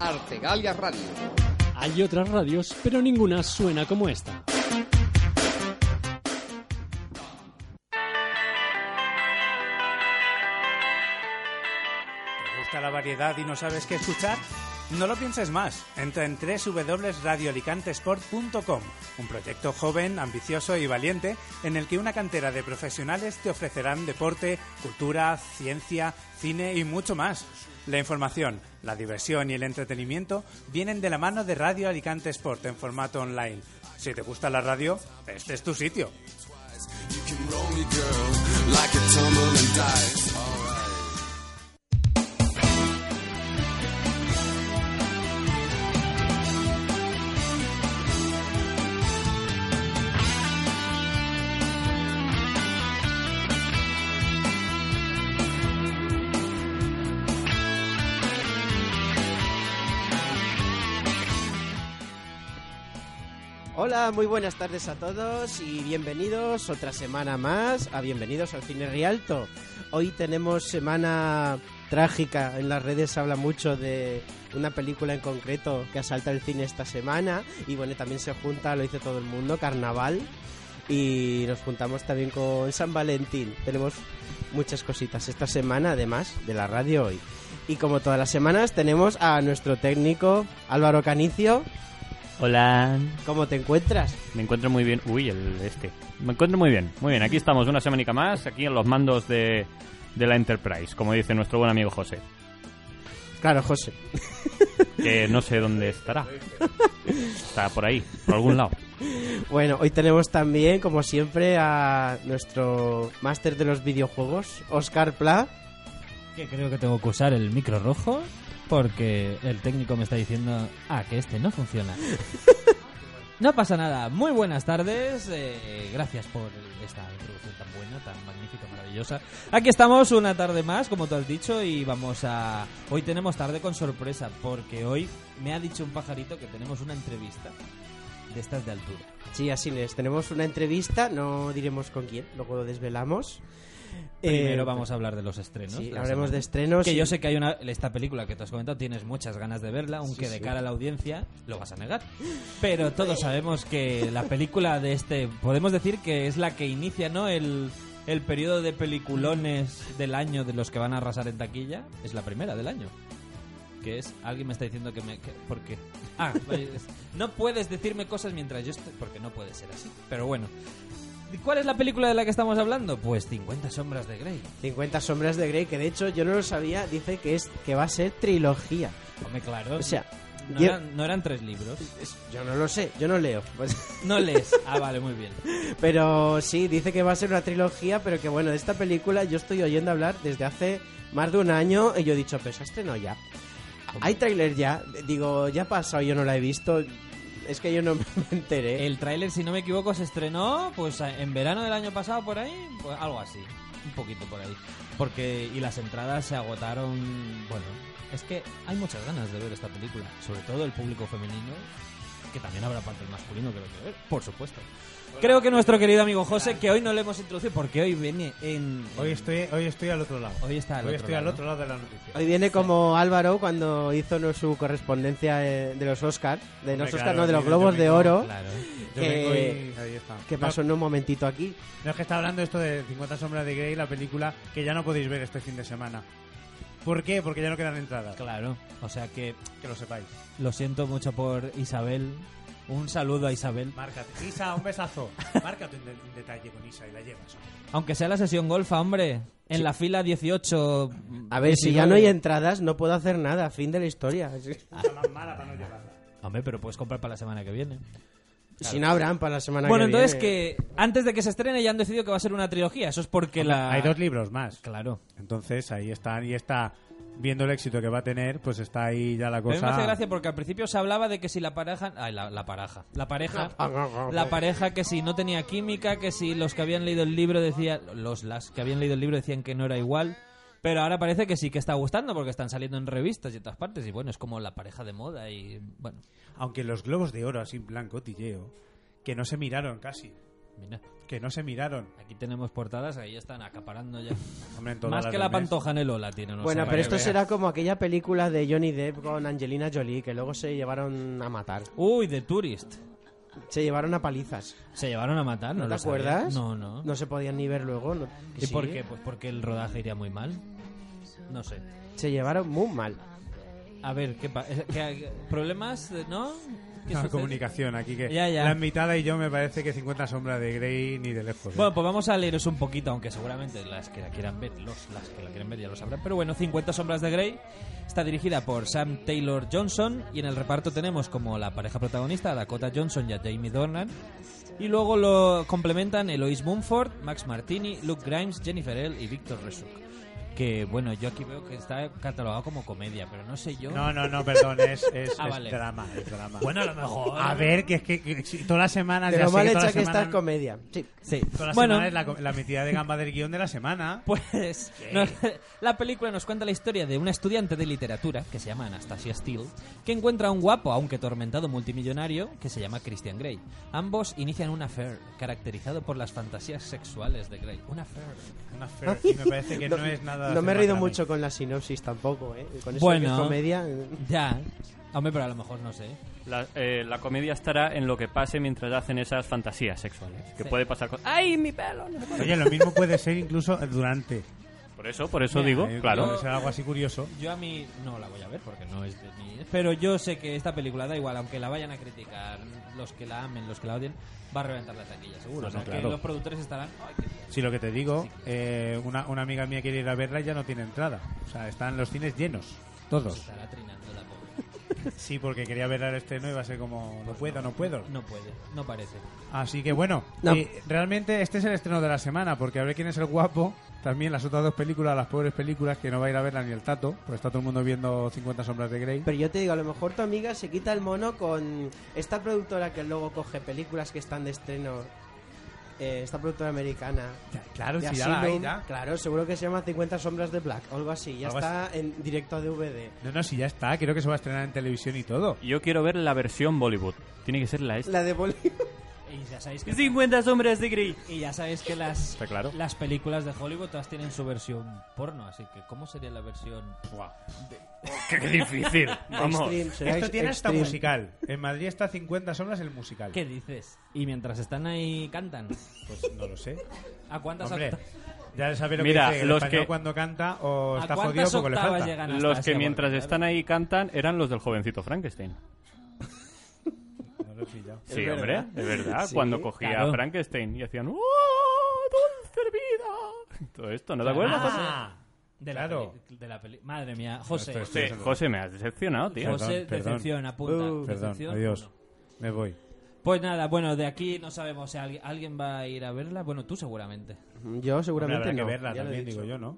Artegalia Radio. Hay otras radios, pero ninguna suena como esta. ¿Te gusta la variedad y no sabes qué escuchar? No lo pienses más. Entra en www.radioalicantesport.com, un proyecto joven, ambicioso y valiente en el que una cantera de profesionales te ofrecerán deporte, cultura, ciencia, cine y mucho más. La información, la diversión y el entretenimiento vienen de la mano de Radio Alicante Sport en formato online. Si te gusta la radio, este es tu sitio. You can roll me, girl, like a tumbling dice. Alright. Hola, muy buenas tardes a todos y bienvenidos otra semana más a Bienvenidos al Cine Rialto. Hoy tenemos semana trágica, en las redes se habla mucho de una película en concreto que asalta el cine esta semana y bueno, también se junta, lo dice todo el mundo, Carnaval y nos juntamos también con San Valentín. Tenemos muchas cositas esta semana además de la radio hoy. Y como todas las semanas tenemos a nuestro técnico Álvaro Canicio. Hola, ¿Cómo te encuentras? me encuentro muy bien. Uy, el este. Me encuentro muy bien, muy bien. Aquí estamos una semanica más, aquí en los mandos de, de la Enterprise, como dice nuestro buen amigo José, Claro, José. que no sé dónde estará. Está por ahí, por algún lado. Bueno, hoy tenemos también, como siempre, a nuestro máster de los videojuegos, Oscar Pla. Que creo que tengo que usar el micro rojo porque el técnico me está diciendo ah, que este no funciona. No pasa nada. Muy buenas tardes. eh, gracias por esta introducción tan buena, tan magnífica, maravillosa. Aquí estamos una tarde más, como tú has dicho, y vamos a... Hoy tenemos tarde con sorpresa porque hoy me ha dicho un pajarito que tenemos una entrevista de estas de altura. Sí, así les. Tenemos una entrevista, no diremos con quién, luego lo desvelamos. Primero Eh, vamos a hablar de los estrenos. Sí, de la hablaremos semana. de estrenos. Que y- yo sé que hay una esta película que te has comentado, tienes muchas ganas de verla, aunque de cara a la audiencia lo vas a negar. Pero todos sabemos que la película de este, podemos decir que es la que inicia, ¿no? El, el periodo de peliculones del año de los que van a arrasar en taquilla, es la primera del año. Que es, alguien me está diciendo que me... que- ¿Por qué? Ah, es- no puedes decirme cosas mientras yo estoy... Porque no puede ser así. Pero bueno. ¿Y ¿Cuál es la película de la que estamos hablando? Pues 50 sombras de Grey. 50 sombras de Grey, que de hecho yo no lo sabía, dice que es que va a ser trilogía. Hombre, claro. O sea, No, yo, eran, no eran tres libros. yo no lo sé, yo no leo. Pues, No lees. Ah, vale, muy bien. pero sí, dice que va a ser una trilogía, pero que bueno, de esta película yo estoy oyendo hablar desde hace más de un año y yo he dicho, pero se ha estrenado ya. Hay tráiler ya, digo, ya ha pasado, yo no la he visto, es que yo no me enteré. El tráiler, si no me equivoco, se estrenó pues a- en verano del año pasado por ahí, pues, algo así, un poquito por ahí. Porque y las entradas se agotaron, bueno, es que hay muchas ganas de ver esta película, sobre todo el público femenino, que también habrá parte del masculino que lo quiere ver, por supuesto. Creo que nuestro querido amigo José, que hoy no le hemos introducido porque hoy viene en Hoy estoy, hoy estoy al otro lado. Hoy está al hoy otro estoy al lado. otro lado de la noticia. Hoy viene como Álvaro cuando hizo ¿no? su correspondencia eh, de los Oscars, de Hombre, los Oscars, claro, no, de los yo- yo Globos de vengo, Oro, Claro. Yo que- vengo y- ahí está. que No, pasó en un momentito aquí. No es que está hablando esto de 50 sombras de Grey, la película que ya no podéis ver este fin de semana. ¿Por qué? Porque ya no quedan entradas. Claro, o sea que Que lo sepáis. Lo siento mucho por Isabel. Un saludo a Isabel. Márcate. Isa, un besazo. Márcate un, de- un detalle con Isa y la llevas. Aunque sea la sesión golfa, hombre. En la fila 18. A ver, si ya no hay eh. entradas, no puedo hacer nada, fin de la historia. Está más mala para no llevarla. Hombre, pero puedes comprar para la semana que viene. Si no habrán para la semana Bueno, que entonces que viene. antes de que se estrene ya han decidido que va a ser una trilogía. Eso es porque la. Hay dos libros más. Claro. Entonces ahí están y está viendo el éxito que va a tener, pues está ahí ya la Pero cosa. me hace gracia porque al principio se hablaba de que si la pareja. Ay, la, la pareja. La pareja. La pareja que si no tenía química, que si los que habían leído el libro decían. Los las que habían leído el libro decían que no era igual. Pero ahora parece que sí que está gustando porque están saliendo en revistas y en todas partes. Y bueno, es como la pareja de moda y. Bueno. Aunque los globos de oro así en plan cotilleo, que no se miraron casi. Mira, Que no se miraron. aquí tenemos portadas, ahí están acaparando ya. Hombre, en toda Más que del la mes. pantoja en el Ola tienen. o Bueno, sea, pero que esto veas. será como aquella película de Johnny Depp con Angelina Jolie, que luego se llevaron a matar. Uy, The Tourist. Se llevaron a palizas. Se llevaron a matar, ¿no, ¿No te lo sabía. acuerdas? No, no. No se podían ni ver luego. ¿no? ¿Y Sí. por qué? Pues porque el rodaje iría muy mal. No sé. Se llevaron muy mal. A ver, ¿qué, pa- es- qué hay- ¿Problemas? eh, ¿No? ¿Qué No, sucede? comunicación aquí que Ya, ya. la invitada y yo me parece que 50 sombras de Grey ni de lejos. ¿eh? Bueno, pues vamos a leeros un poquito, aunque seguramente las que la quieran ver, los, las que la quieran ver ya lo sabrán. Pero bueno, 50 sombras de Grey está dirigida por Sam Taylor Johnson y en el reparto tenemos como la pareja protagonista a Dakota Johnson y a Jamie Dornan. Y luego lo complementan Eloise Mumford, Max Martini, Luke Grimes, Jennifer L y Victor Resuk. Que bueno, yo aquí veo que está catalogado como comedia, pero no sé yo. No, no, no, perdón, es, es, Ah, es vale. drama, es drama. Bueno, a lo mejor. A ver, que es que, que si toda la semana... De ya lo sé mal que toda hecha la que está semana- es comedia. Sí. Sí. Toda la Bueno, semana es la, co- la metida de gamba del guión de la semana. Pues nos- la película nos cuenta la historia de una estudiante de literatura que se llama Anastasia Steele, que encuentra a un guapo, aunque atormentado multimillonario, que se llama Christian Grey. Ambos inician un affair, caracterizado por las fantasías sexuales de Grey. Un affair. Una fer- y me parece que no, es nada... no me he semana reído para mí. mucho con la sinopsis tampoco, ¿eh? Con eso Bueno. que es comedia. eh. Ya. Hombre, pero a lo mejor no sé. La, eh, la comedia estará en lo que pase mientras hacen esas fantasías sexuales. Que Sí. puede pasar con... Ah, ¡Ay, mi pelo! No sé cuál. Oye, lo mismo puede ser incluso durante. Por eso, por eso Mira, digo, Eh, claro. Puede ser algo así curioso. Yo a mí no la voy a ver porque no es de mí. Pero yo sé que esta película da igual, aunque la vayan a criticar los que la amen, los que la odien, va a reventar la taquilla, seguro. No, o sea, no, que claro. los productores estarán. "Ay, qué bien". Si lo que te digo, eh, una, una amiga mía quiere ir a verla y ya no tiene entrada. O sea, están los cines llenos. Todos. Estará trinando la pobre. Sí, porque quería ver el estreno y va a ser como, no puedo, no puedo. No puede, no parece. Así que bueno, No. y realmente este es el estreno de la semana, porque a ver quién es el guapo. También las otras dos películas, las pobres películas, que no va a ir a verla ni el tato, porque está todo el mundo viendo 50 sombras de Grey. Pero yo te digo, a lo mejor tu amiga se quita el mono con esta productora que luego coge películas que están de estreno. eh, esta productora americana. Ya, claro, de si ya la Asylum. hay, ya. Claro, seguro que se llama 50 sombras de Black o algo así. Ya Algo está en directo a DVD. No, no, si ya está, creo que se va a estrenar en televisión y todo. Yo quiero ver la versión Bollywood. Tiene que ser la esta. La de Bollywood. Y ya sabéis que, 50 sombras de Grey. y ya sabéis que las, Está claro. las películas de Hollywood todas tienen su versión porno, así que ¿cómo sería la versión? Qué difícil. Vamos. Extreme, será Esto ex- tiene hasta extreme. musical. En Madrid está 50 sombras el musical. ¿Qué dices? Y mientras están ahí cantan. Pues no lo sé. ¿A cuántas, Hombre, octa- ya sabes lo Mira, que dice el los español que- cuando canta o ¿a está cuántas jodido porque le octavas falta. llegan hasta Los así, que amor? mientras Claro. están ahí cantan eran los del jovencito Frankenstein. No lo he pillado. Sí, verdad. hombre, de verdad. Sí, Cuando cogía claro. a Frankenstein y hacían ¡Oh, dulce vida! Todo esto, ¿no te acuerdas? José? Ah, de la Claro. peli- de la peli- Madre mía, José. No, esto Sí, José, me has decepcionado, tío. José, Perdón, perdón. decepción, apunta. Uh, Perdón, Decepción, adiós. uno. Me voy. Pues nada, bueno, de aquí no sabemos si alguien, alguien va a ir a verla. Bueno, tú seguramente. Mm, Yo seguramente habrá que no. verla ya lo he también, dicho. digo yo, ¿no?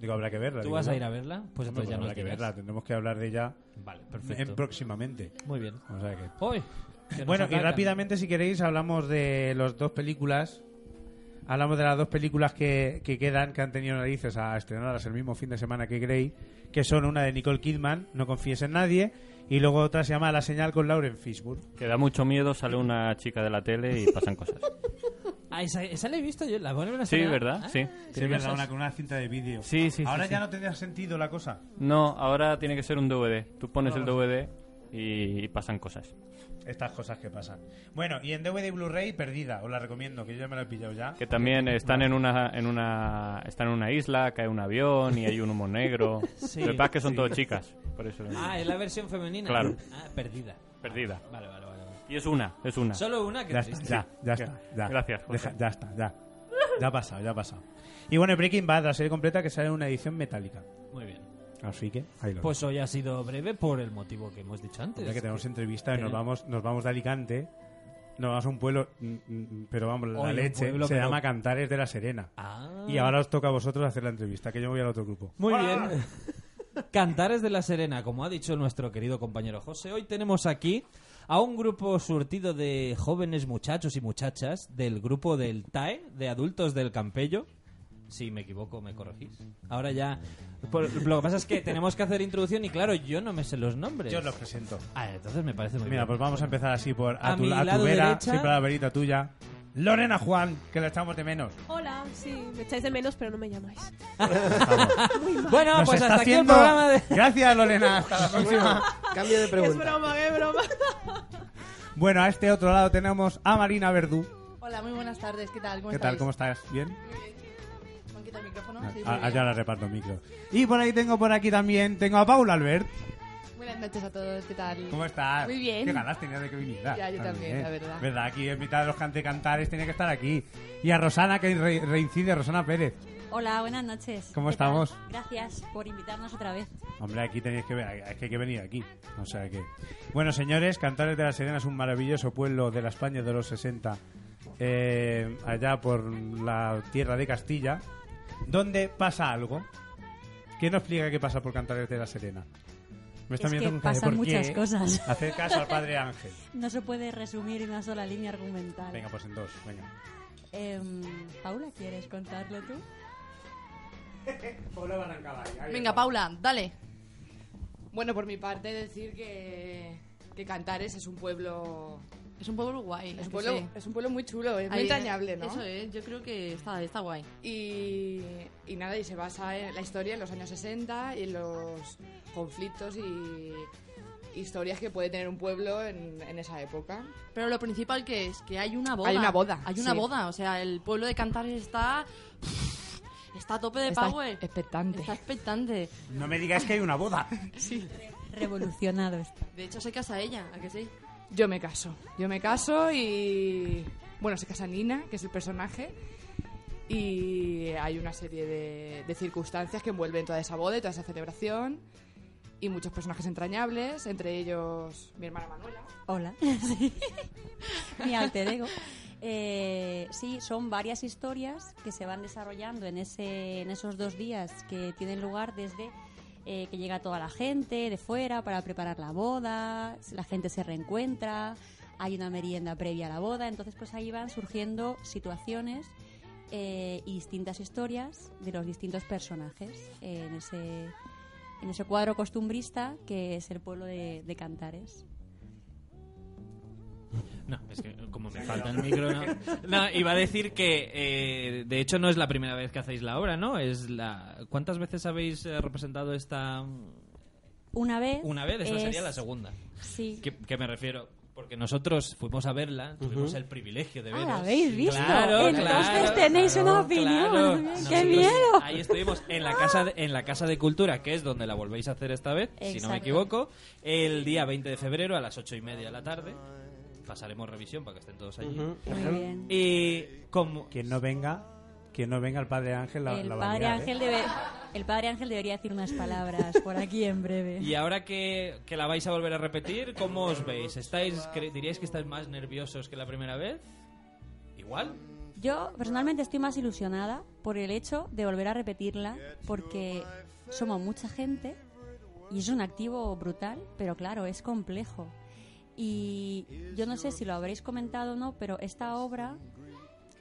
Digo, habrá que verla. ¿Tú digo vas yo. a ir a verla? Hombre, Pues entonces ya pues nos habrá que dirás. verla. Tendremos que hablar de ella Vale, perfecto. en próximamente. Muy bien. O sea que- Hoy. que nos Bueno, y atacan. rápidamente, si queréis, hablamos de las dos películas. Hablamos de las dos películas que, que quedan, que han tenido narices a estrenarlas el mismo fin de semana que Grey, que son una de Nicole Kidman, No confíes en nadie, y luego otra se llama La señal con Lauren Fishburne. Que da mucho miedo, sale una chica de la tele y pasan cosas. Ah, esa, esa la he visto yo, la ponen en la Sí, escena. ¿verdad? Ah, Sí. Sí, verdad, una, con una cinta de vídeo. Sí, sí, Ahora sí, ya sí. no tendría sentido la cosa. No, ahora tiene que ser un DVD. Tú pones el DVD y pasan cosas. Estas cosas que pasan. Bueno, y en DVD y Blu-ray, perdida. Os la recomiendo, que yo ya me la he pillado ya. Que también están en una, en una, están en una isla, cae un avión y hay un humo negro. Sí, Lo que pasa es que son sí. todas chicas, por eso. Ah, es la versión femenina. Claro. Ah, perdida. Perdida. Vale, vale, vale. vale. Y es una, es una. Solo una que Ya está, ya, ya está, ya. Gracias, José. Deja- ya está, ya. Ya ha pasado, ya ha pasado. Y bueno, Breaking Bad, la serie completa que sale en una edición metálica. Muy bien. Así que, ahí lo Pues hoy ha sido breve por el motivo que hemos dicho antes. Ya que tenemos entrevista y nos Pero- vamos, nos vamos de Alicante. Nos vamos a un pueblo, mm, mm, pero vamos, Oye, la un leche. pueblo Se que no- llama Cantares de la Serena. Ah. Y ahora os toca a vosotros hacer la entrevista, que yo voy al otro grupo. Muy bien. Cantares de la Serena, como ha dicho nuestro querido compañero José, hoy tenemos aquí a un grupo surtido de jóvenes muchachos y muchachas del grupo del TAE, de adultos del Campello. Si me equivoco, me corregís. Ahora ya. por- lo que pasa es que tenemos que hacer introducción y, claro, yo no me sé los nombres. Yo los presento. Ah, entonces me parece muy Mira, bien. pues vamos a empezar así por a, A tu, mi a tu lado vera, derecha- siempre a la verita tuya. Lorena Juan, que la echamos de menos. Hola, sí, me echáis de menos, pero no me llamáis. Bueno, Nos pues está hasta aquí el haciendo- programa de... Gracias, Lorena. Hasta la próxima. Cambio de Es pregunta. broma, qué broma. Bueno, a este otro lado tenemos a Marina Verdú. Hola, muy buenas tardes. ¿Qué tal? ¿Cómo ¿Qué tal? estáis? ¿Cómo estás? ¿Bien? ¿Me han quitado el micrófono? Sí, Ah, sí. ah, ya ahora reparto micro. Y por ahí tengo por aquí también, tengo a Paula Albert. Buenas noches a todos. ¿Qué tal? ¿Cómo estás? Muy bien. Qué ganas tenía de que viniera. Ya, yo también, la verdad. Verdad, aquí en mitad de los cantecantares tenía que estar aquí. Y a Rosana, que re- reincide, Rosana Pérez. Hola, buenas noches. ¿Cómo ¿Qué tal? estamos? Gracias por invitarnos otra vez. Hombre, aquí tenéis que ver, es que hay que venir aquí. O sea que. Bueno, señores, Cantares de la Serena es un maravilloso pueblo de la España de los 60, eh, allá por la tierra de Castilla, donde pasa algo. ¿Quién nos explica qué pasa por Cantares de la Serena? Me Es que con cara de, pasan ¿por qué? muchas cosas. Hacer caso al padre Ángel. No se puede resumir en una sola línea argumental. Venga, pues en dos, venga. Em, Paula, ¿quieres contarlo tú? Paula Venga, Paula, dale. Bueno, por mi parte, decir que, que Cantares es un pueblo. Es un pueblo guay. Es un pueblo, es un pueblo muy chulo, es muy Ahí- entrañable, ¿no? Eso es, yo creo que está, está guay. Y, y nada, y se basa en la historia en los años 60 y en los conflictos y historias que puede tener un pueblo en, en esa época. Pero lo principal que es que hay una boda. Hay una boda, Hay una sí. boda. O sea, el pueblo de Cantares está. Está a tope de Está power. expectante. Está expectante. No me digas que hay una boda. Revolucionado está. De hecho, se casa ella, ¿a que sí? Yo me caso. Yo me caso y. Bueno, se casa Nina, que es el personaje. Y hay una serie de, de circunstancias que envuelven toda esa boda y toda esa celebración. Y muchos personajes entrañables, entre ellos mi hermana Manuela. Hola. Mi alter ego. Eh, sí, son varias historias que se van desarrollando en, ese, en esos dos días que tienen lugar desde eh, que llega toda la gente de fuera para preparar la boda, la gente se reencuentra, hay una merienda previa a la boda, entonces pues ahí van surgiendo situaciones eh, y distintas historias de los distintos personajes eh, en, ese, en ese cuadro costumbrista que es el pueblo de, de Cantares. No, es que como me falta el micro, no. No, iba a decir que eh, de hecho no es la primera vez que hacéis la obra, ¿no? Es la ¿Cuántas veces habéis eh, representado esta Una vez. una vez? Esa sería es- la segunda. Sí. ¿Qué, qué me refiero? Porque nosotros fuimos a verla, tuvimos el privilegio de Ah, verla. ¿la habéis visto? Claro, Entonces claro, tenéis claro, una opinión. claro. ¡Qué Nosotros miedo! Ahí estuvimos en la casa de, en la casa de cultura, que es donde la volvéis a hacer esta vez, si no me Exacto. equivoco, el día 20 de febrero a las ocho y media de la tarde. Pasaremos revisión para que estén todos allí. Muy bien. Y como Quien no venga, quien no venga el padre Ángel la, el, la va a padre liar, ¿eh? Ángel debe- el padre Ángel debería decir unas palabras por aquí en breve. Y ahora que, que la vais a volver a repetir, ¿cómo os veis? ¿Estáis, cre- ¿Diríais que estáis más nerviosos que la primera vez? ¿Igual? Yo personalmente estoy más ilusionada por el hecho de volver a repetirla porque somos mucha gente y es un activo brutal, pero claro, es complejo. Y yo no sé si lo habréis comentado o no, pero esta obra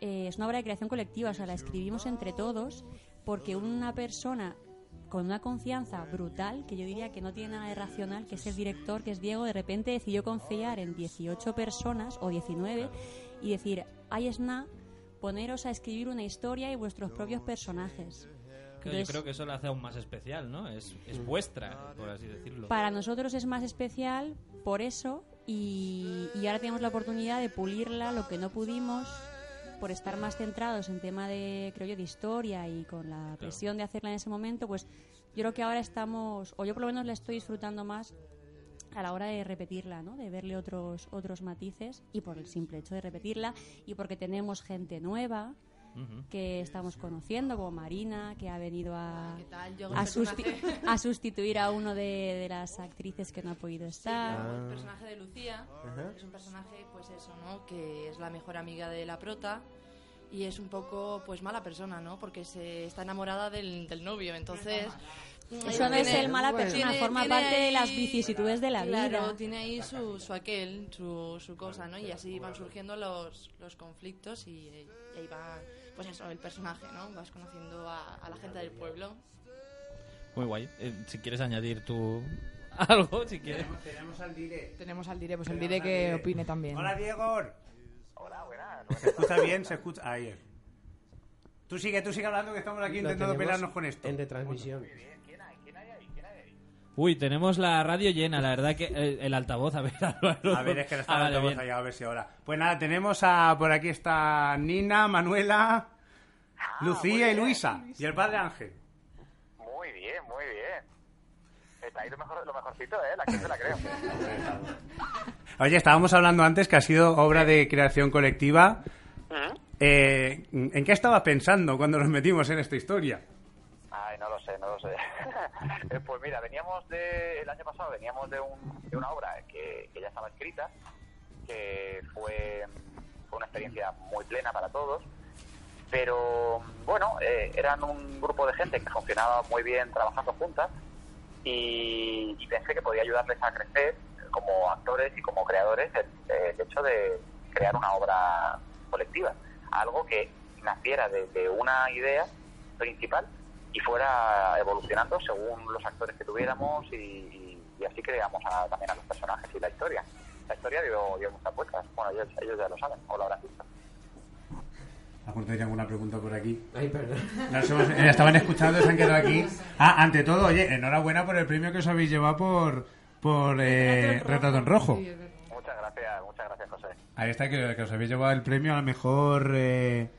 eh, es una obra de creación colectiva, o sea, la escribimos entre todos porque una persona con una confianza brutal, que yo diría que no tiene nada de racional, que es el director, que es Diego, de repente decidió confiar en 18 personas o 19 y decir, ahí es nada, poneros a escribir una historia y vuestros propios personajes. Que yo Entonces- creo que eso la hace aún más especial, ¿no? Es, es vuestra, por así decirlo. Para nosotros es más especial por eso y, y ahora tenemos la oportunidad de pulirla lo que no pudimos por estar más centrados en tema de, creo yo, de historia y con la presión de hacerla en ese momento, pues yo creo que ahora estamos, o yo por lo menos la estoy disfrutando más a la hora de repetirla, ¿no? De verle otros otros matices y por el simple hecho de repetirla y porque tenemos gente nueva Ujú. que estamos conociendo, como Marina, que ha venido a, ¿Qué tal? Yo hago a, el susti- personaje, a sustituir a uno de, de las actrices que no ha podido estar. el personaje de Lucía. Es un personaje, pues eso, ¿no? Que es la mejor amiga de la prota. Y es un poco, pues, mala persona, ¿no? Porque se está enamorada del, del novio, entonces... eh, Eso no es Tiene- el mala Bueno. persona, Tiene- forma tiene parte de las ahí- vicisitudes de la claro, vida. tiene ahí su, su aquel, su, su cosa, ¿no? Y así van surgiendo los, los conflictos y, eh, y ahí va, pues eso, el personaje, ¿no? Vas conociendo a, a la gente del pueblo. Muy guay. Eh, si quieres añadir tú algo, si quieres. Tenemos al directo. Tenemos al Dire, pues el Dire que opine también. Hola Diego. Hola, buenas. ¿Se escucha bien? ¿Se escucha? Ahí. Tú sigue, tú sigue hablando que estamos aquí Lo intentando tenemos pelarnos con esto. En retransmisión. Uy, tenemos la radio llena, la verdad que eh, el, el altavoz, a ver, Álvaro. A ver, es que le está Ah, dando vale, altavoz bien. allá, a ver si ahora. Pues nada, tenemos a. Por aquí está Nina, Manuela, Ah, Lucía y Luisa. Y el padre Ángel. Muy bien, muy bien. Estáis lo, mejor, lo mejorcito, ¿eh? La que se la creo. Oye, estábamos hablando antes que ha sido obra de creación colectiva. Eh, ¿En qué estabas pensando cuando nos metimos en esta historia? Ay, no lo sé, no lo sé. Eh, pues mira, veníamos de, el año pasado veníamos de, un- de una obra que, que ya estaba escrita, que fue, fue una experiencia muy plena para todos, pero bueno, eh, eran un grupo de gente que funcionaba muy bien trabajando juntas y, y pensé que podía ayudarles a crecer como actores y como creadores el, el hecho de crear una obra colectiva, algo que naciera desde una idea principal y fuera evolucionando según los actores que tuviéramos y, y- y así creamos a- también a los personajes y la historia. La historia dio, dio muchas vueltas, bueno, ellos, ellos ya lo saben, o lo habrán visto. ¿Alguno tenía alguna pregunta por aquí? Nos hemos- eh, estaban escuchando, se han quedado aquí. Ah, ante todo, oye, enhorabuena por el premio que os habéis llevado por, por eh, Retrato en Rojo. Muchas gracias, muchas gracias José. Ahí está, que, que os habéis llevado el premio a la mejor. eh,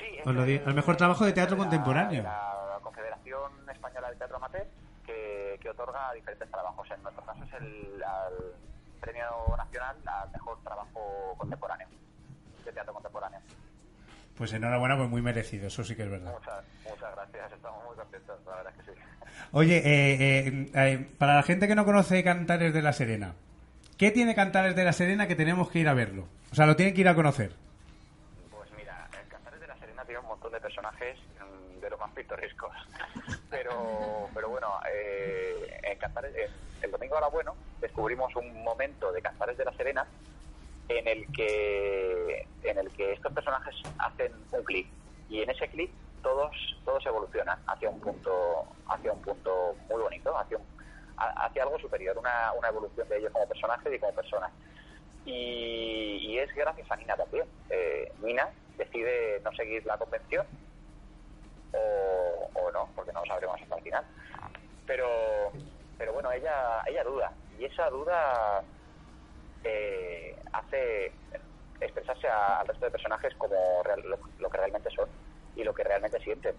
Sí, os lo digo, al mejor trabajo de teatro contemporáneo. La Confederación Española de Teatro Amateur que, que otorga diferentes trabajos. En nuestro caso es el, al Premio Nacional al Mejor Trabajo Contemporáneo, de Teatro Contemporáneo. Pues enhorabuena, pues muy merecido, eso sí que es verdad. Muchas, muchas gracias, estamos muy contentos, la verdad es que sí. Oye, eh, eh, eh, para la gente que no conoce Cantares de la Serena, ¿qué tiene Cantares de la Serena que tenemos que ir a verlo? O sea, lo tienen que ir a conocer. Pues mira, el Cantares de la Serena tiene un montón de personajes mm, de los más pintorescos. Pero, pero bueno, eh, en Cantares, eh, el domingo ahora bueno, descubrimos un momento de Cantares de la Serena en el que en el que estos personajes hacen un clic y en ese clic todos todos evolucionan hacia un punto hacia un punto muy bonito hacia un- a- hacia algo superior una, una evolución de ellos como personajes y como personas y, y es gracias a Nina también. Eh, Nina decide no seguir la convención o, o no, porque no lo sabremos hasta el final. Pero, pero bueno, ella, ella duda y esa duda eh, hace expresarse a- al resto de personajes como real- lo, lo que realmente son y lo que realmente sienten.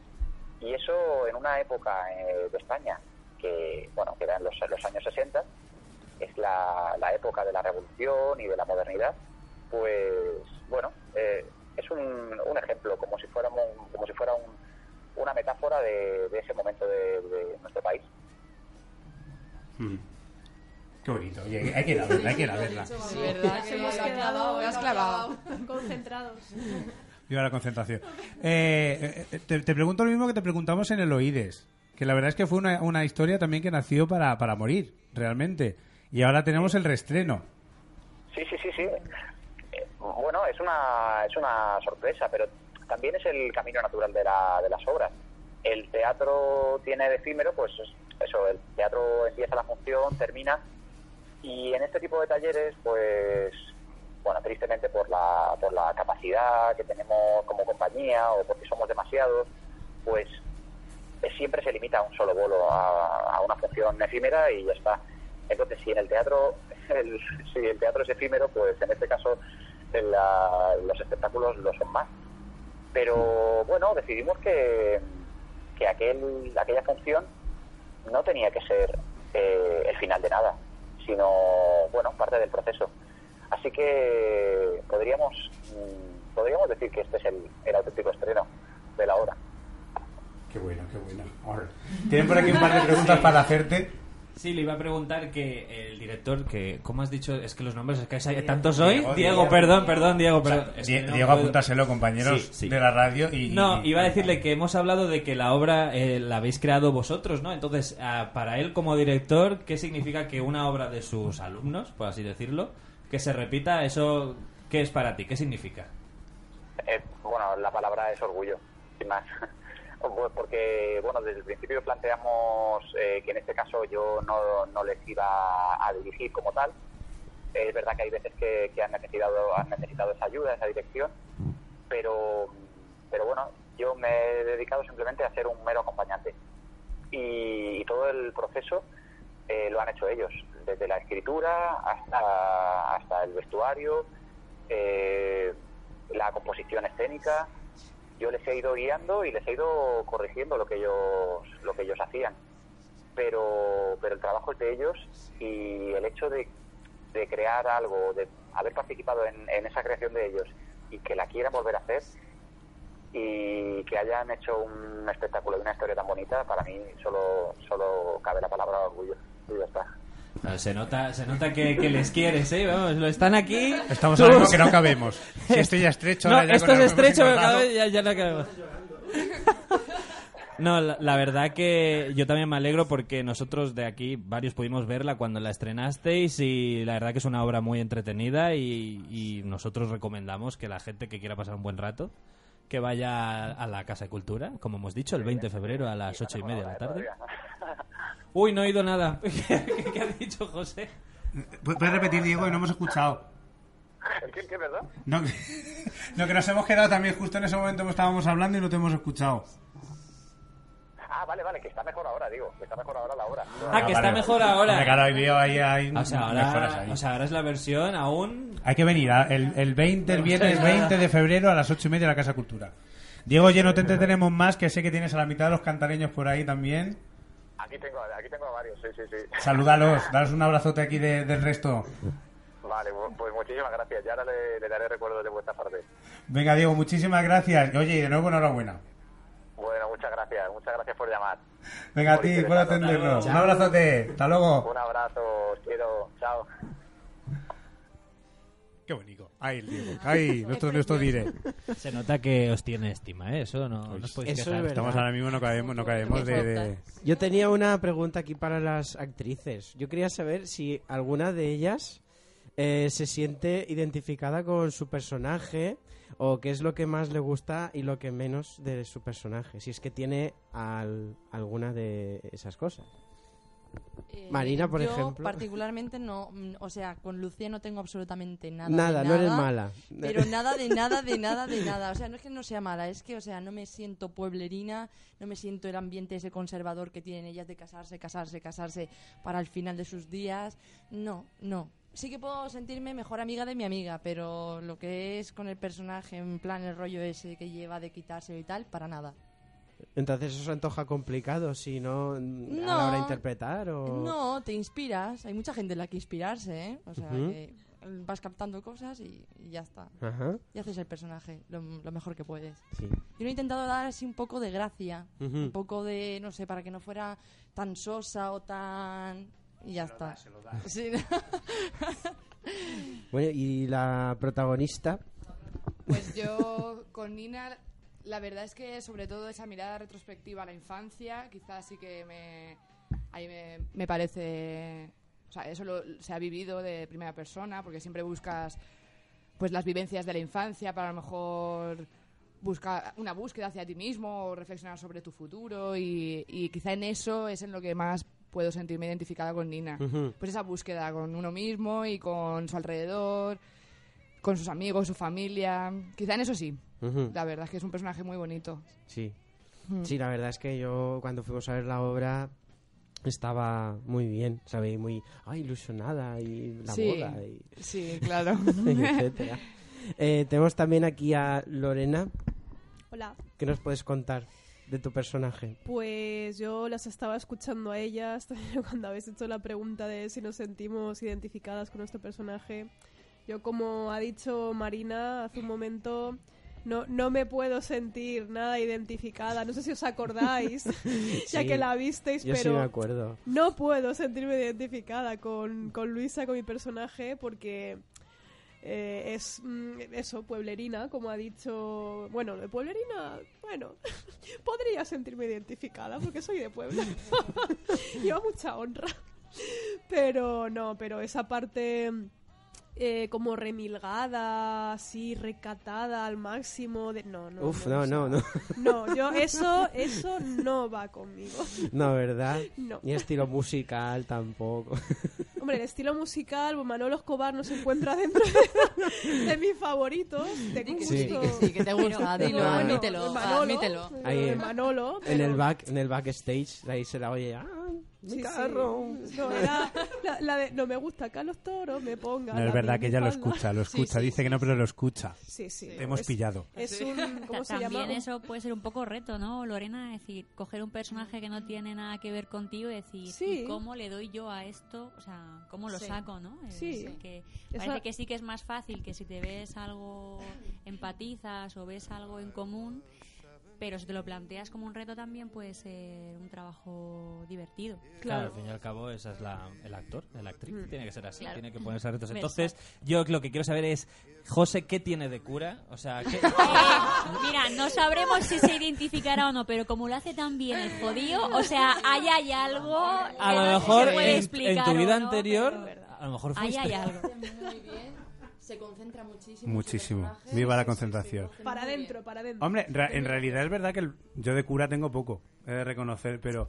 Y eso en una época eh, de España que, bueno, que eran los, los años 60, es la, la época de la revolución y de la modernidad, pues bueno, eh, es un, un ejemplo, como si fuera, un- como si fuera un- una metáfora de, de ese momento de, de nuestro país. Qué bonito, oye, Eh, hay que ir a verla, hay que ir a verla. Sí, ¿verdad? nos Que hemos lo has quedado, clavado, lo has lo clavado. clavado, Concentrados. Viva la concentración. Eh, eh, te, te pregunto lo mismo que te preguntamos en el Oides, que la verdad es que fue una, una historia también que nació para, para morir, realmente. Y ahora tenemos el restreno. Sí, sí, sí, sí. Eh, bueno, es una, es una sorpresa, pero también es el camino natural de, la, de las obras. El teatro tiene de efímero, pues eso, el teatro empieza la función, termina, y en este tipo de talleres, pues, bueno, tristemente por la, por la capacidad que tenemos como compañía o porque somos demasiados, pues eh, siempre se limita a un solo bolo, a, a una función efímera y ya está. Entonces, si en el teatro, el- si el teatro es efímero, pues en este caso en la- los espectáculos lo son más. Pero bueno, decidimos que, que aquel, aquella función no tenía que ser eh, el final de nada, sino, bueno, parte del proceso. Así que podríamos, mm, podríamos decir que este es el, el auténtico estreno de la obra. Qué bueno, qué bueno. Tienen por aquí un par de preguntas para hacerte. Sí, le iba a preguntar que el director, que ¿cómo has dicho? Es que los nombres, es que hay Diego. tantos hoy. Diego, Diego, Diego. perdón, perdón, Diego, O sea, perdón. Es que Die- no Diego, puedo- apúntaselo, compañeros Sí, sí. de la radio. Y, No, y- iba a decirle que hemos hablado de que la obra eh, la habéis creado vosotros, ¿no? Entonces, ah, para él como director, ¿qué significa que una obra de sus alumnos, por así decirlo, que se repita? ¿Eso qué es para ti? ¿Qué significa? Eh, bueno, la palabra es orgullo, sin más. Pues Porque, bueno, desde el principio planteamos eh, que en este caso yo no, no les iba a dirigir como tal, Es verdad que hay veces que, que han, necesitado, han necesitado esa ayuda, esa dirección, pero, pero bueno, yo me he dedicado simplemente a ser un mero acompañante. Y, todo el proceso eh, lo han hecho ellos, desde la escritura hasta, hasta el vestuario, eh, la composición escénica. Yo les he ido guiando y les he ido corrigiendo lo que ellos, lo que ellos hacían. Pero, pero el trabajo es de ellos y el hecho de, de crear algo, de haber participado en, en esa creación de ellos y que la quieran volver a hacer y que hayan hecho un espectáculo y una historia tan bonita, para mí solo, solo cabe la palabra orgullo. Y ya está. Ah, Se nota, se nota que, que les quieres, ¿eh? Vamos, lo están aquí. Estamos Tú- en algo que no cabemos. Si esto ya es estrecho, No, ahora ya esto con es la- estrecho, pero hemos cada engordado. vez ya, ya no cabemos. No, la, la verdad que yo también me alegro porque nosotros de aquí varios pudimos verla cuando la estrenasteis y la verdad que es una obra muy entretenida y, y nosotros recomendamos que la gente que quiera pasar un buen rato que vaya a la Casa de Cultura, como hemos dicho, el 20 de febrero a las ocho y media de la tarde. Uy, no he oído nada. ¿Qué, qué ha dicho José? Pu- ¿Puedes repetir, Diego? Que no hemos escuchado. ¿Qué, qué, verdad? No, que- no, que nos hemos quedado también justo en ese momento que estábamos hablando y no te hemos escuchado. Ah, vale, vale, que está mejor ahora, digo, que está mejor ahora la hora. Ah, que está vale. mejor ahora. Hombre, claro, hay lío ahí, hay o sea, mejoras ahora, ahí. o sea, ahora es la versión aún Hay que venir a- el, el 20, el viernes No sé nada. 20 de febrero a las 8 y media a la Casa Cultura. Diego, oye, no te entretenemos más, que sé que tienes a la mitad de los cantareños por ahí también. Aquí tengo, aquí tengo a varios, sí, sí, sí. Salúdalos, daros un abrazote aquí de- del resto. Vale, bu- pues muchísimas gracias. Ya ahora le, le daré recuerdos de vuestra parte. Venga, Diego, muchísimas gracias. Oye, y de nuevo enhorabuena. Bueno, muchas gracias. Muchas gracias por llamar. Venga, a ti, por atendernos. Un abrazote. Hasta luego. Un abrazo, os quiero. Chao. Qué bonito. Ahí el Diego. Ahí, nuestro, nuestro dire. Se nota que os tiene estima, ¿eh? Eso no, no os podéis Eso es quejar. verdad. Estamos ahora Pues mismo, no caemos, no caemos de- de- Yo tenía una pregunta aquí para las actrices. Yo quería saber si alguna de ellas eh, se siente identificada con su personaje o qué es lo que más le gusta y lo que menos de su personaje. Si es que tiene al- alguna de esas cosas. Eh, Marina, por yo ejemplo. particularmente no, mm, o sea, con Lucía no tengo absolutamente nada. Nada, de no eres mala. Pero nada de nada, de nada, de nada. O sea, no es que no sea mala, es que, o sea, no me siento pueblerina, no me siento el ambiente ese conservador que tienen ellas de casarse, casarse, casarse para el final de sus días. No, no. Sí que puedo sentirme mejor amiga de mi amiga, pero lo que es con el personaje, en plan el rollo ese que lleva de quitárselo y tal, para nada. Entonces eso se antoja complicado si no mm, a la hora de No. interpretar o... No, te inspiras. Hay mucha gente en la que inspirarse, ¿eh? O sea, Ujú. que vas captando cosas y, y ya está. Ajá. Y haces el personaje lo, lo mejor que puedes. Sí. Yo lo he intentado dar así un poco de gracia, Ujú. un poco de, no sé, para que no fuera tan sosa o tan... Y ya está. Sí. Bueno, y la protagonista... Pues yo con Nina, la verdad es que sobre todo esa mirada retrospectiva a la infancia, quizás sí que me, ahí me, me parece, o sea, eso lo- se ha vivido de primera persona, porque siempre buscas pues las vivencias de la infancia para a lo mejor buscar una búsqueda hacia ti mismo o reflexionar sobre tu futuro y, y quizá en eso es en lo que más puedo sentirme identificada con Nina. Ujú. Pues esa búsqueda con uno mismo y con su alrededor, con sus amigos, su familia. Quizá en eso sí. Ujú. La verdad es que es un personaje muy bonito. Sí. Mm. Sí, la verdad es que yo cuando fuimos a ver la obra estaba muy bien, ¿sabéis? Muy ah, ilusionada y la Sí, moda. Y... sí, claro. y etcétera. Eh, tenemos también aquí a Lorena. Hola. ¿Qué nos puedes contar de tu personaje? Pues yo las estaba escuchando a ellas también cuando habéis hecho la pregunta de si nos sentimos identificadas con nuestro personaje. Yo, como ha dicho Marina hace un momento, no, no me puedo sentir nada identificada. No sé si os acordáis, ya Sí, que la visteis, Yo sí pero me acuerdo. no puedo sentirme identificada con, con Luisa, con mi personaje, porque eh, es mm, eso, pueblerina, como ha dicho. Bueno, de pueblerina, bueno, podría sentirme identificada porque soy de Puebla. Lleva mucha honra. Pero no, pero esa parte eh, como remilgada, así, recatada al máximo. De... No, no. Uf, no, no, no. No, yo eso, eso no va conmigo. No, ¿verdad? No. Ni estilo musical tampoco. hombre, el estilo musical, pues, Manolo Escobar no se encuentra dentro de, de mis favoritos. Tengo un que gusto. sí, que sí, que te gusta, Pero, dilo, bueno, admítelo, Manolo, admítelo. Ahí, de Manolo, en pero- el back, en el backstage, ahí se la oye. "Ah, Sí, sí. No, era la, la de no me gusta Carlos Toro, me ponga. No, la es verdad que ella lo minifalda". escucha, lo Sí, escucha. sí, Dice que no, pero lo escucha. Sí, sí. Te hemos Es- pillado. Es un. ¿Cómo se llama? También Un- eso puede ser un poco reto, ¿no, Lorena? Es decir, coger un personaje que no tiene nada que ver contigo y decir, Sí. "¿Y ¿cómo le doy yo a esto? O sea, ¿cómo lo Sí. saco, no? Es Sí. decir, que Esa- parece que sí que es más fácil que si te ves algo, empatizas o ves algo en común, pero si te lo planteas como un reto también puede ser un trabajo divertido. Claro, al fin y al cabo, esa es la, el actor, la actriz. Mm. Tiene que ser así, Claro. tiene que ponerse a retos. Versa. Entonces, yo lo que quiero saber es, José, ¿qué tiene de cura? O sea, ¿qué- Mira, no sabremos si se identificará o no, pero como lo hace tan bien el jodido, o sea, ahí hay algo. a que no sé lo si mejor se puede en, explicar en tu o vida no, anterior, pero- a lo mejor Ahí fuiste... hay algo. Muy bien. Se concentra muchísimo. Muchísimo. Viva la concentración. Para adentro, para adentro. Hombre, ra- en realidad es verdad que el- yo de cura tengo poco, he de reconocer, pero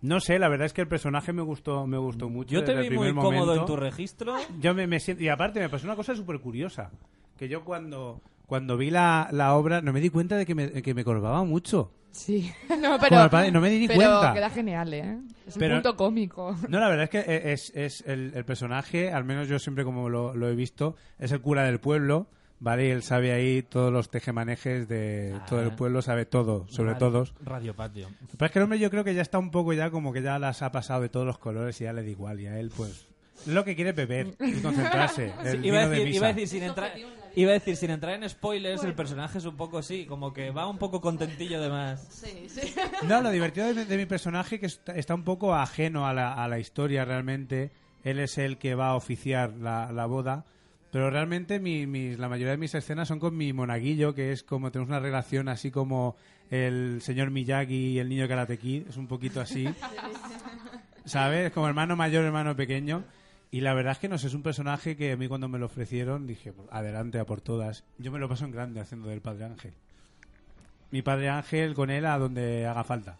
no sé, la verdad es que el personaje me gustó, me gustó mucho. Mm, Yo te desde el vi muy primer cómodo momento. en tu registro. Yo me, me siento, y aparte me pasó una cosa súper curiosa, que yo cuando, cuando vi la, la obra no me di cuenta de que me, que me corvaba mucho. Sí. No, pero, Como al padre, no me di pero cuenta. queda genial, ¿eh? Es Pero- un punto cómico. No, la verdad es que e- es, es el, el personaje, al menos yo siempre como lo, lo he visto, es el cura del pueblo, ¿vale? Y él sabe ahí todos los tejemanejes de todo el pueblo, sabe todo, sobre Ah. Radio- todos. Radio Patio. Pero es que el hombre yo creo que ya está un poco ya como que ya las ha pasado de todos los colores y ya le da igual. Y a él pues es lo que quiere es beber y concentrarse. Sí, el iba, a vino de decir, misa. iba a decir sin entrar, iba a decir sin entrar en spoilers, el personaje es un poco así, como que va un poco contentillo de más. Sí, sí. No, lo divertido de, de mi personaje que está, está un poco ajeno a la, a la historia realmente. Él es el que va a oficiar la, la boda. Pero realmente mi- mis- la mayoría de mis escenas son con mi monaguillo, que es como tenemos una relación así como el señor Miyagi y el niño Karate Kid. Es un poquito así. ¿sabes? Como hermano mayor, hermano pequeño. Y la verdad es que no sé, es un personaje que a mí cuando me lo ofrecieron dije, "Pues, adelante a por todas. Yo me lo paso en grande haciendo del Padre Ángel. Mi Padre Ángel con él a donde haga falta.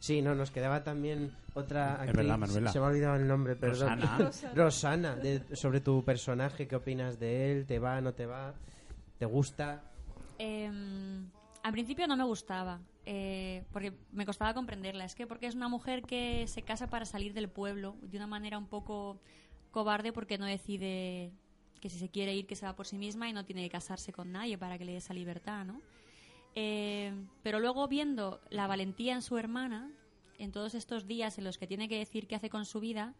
Sí, no, nos quedaba también otra actriz. verdad, Manuela. Se me ha olvidado el nombre, perdón. Rosana. Rosana, Rosana, de- sobre tu personaje, ¿qué opinas de él? ¿Te va, no te va? ¿Te gusta? Eh, al principio no me gustaba, eh, porque me costaba comprenderla. Es que porque es una mujer que se casa para salir del pueblo de una manera un poco cobarde porque no decide que si se quiere ir que se va por sí misma y no tiene que casarse con nadie para que le dé esa libertad, ¿no? Eh, pero luego viendo la valentía en su hermana, en todos estos días en los que tiene que decir qué hace con su vida,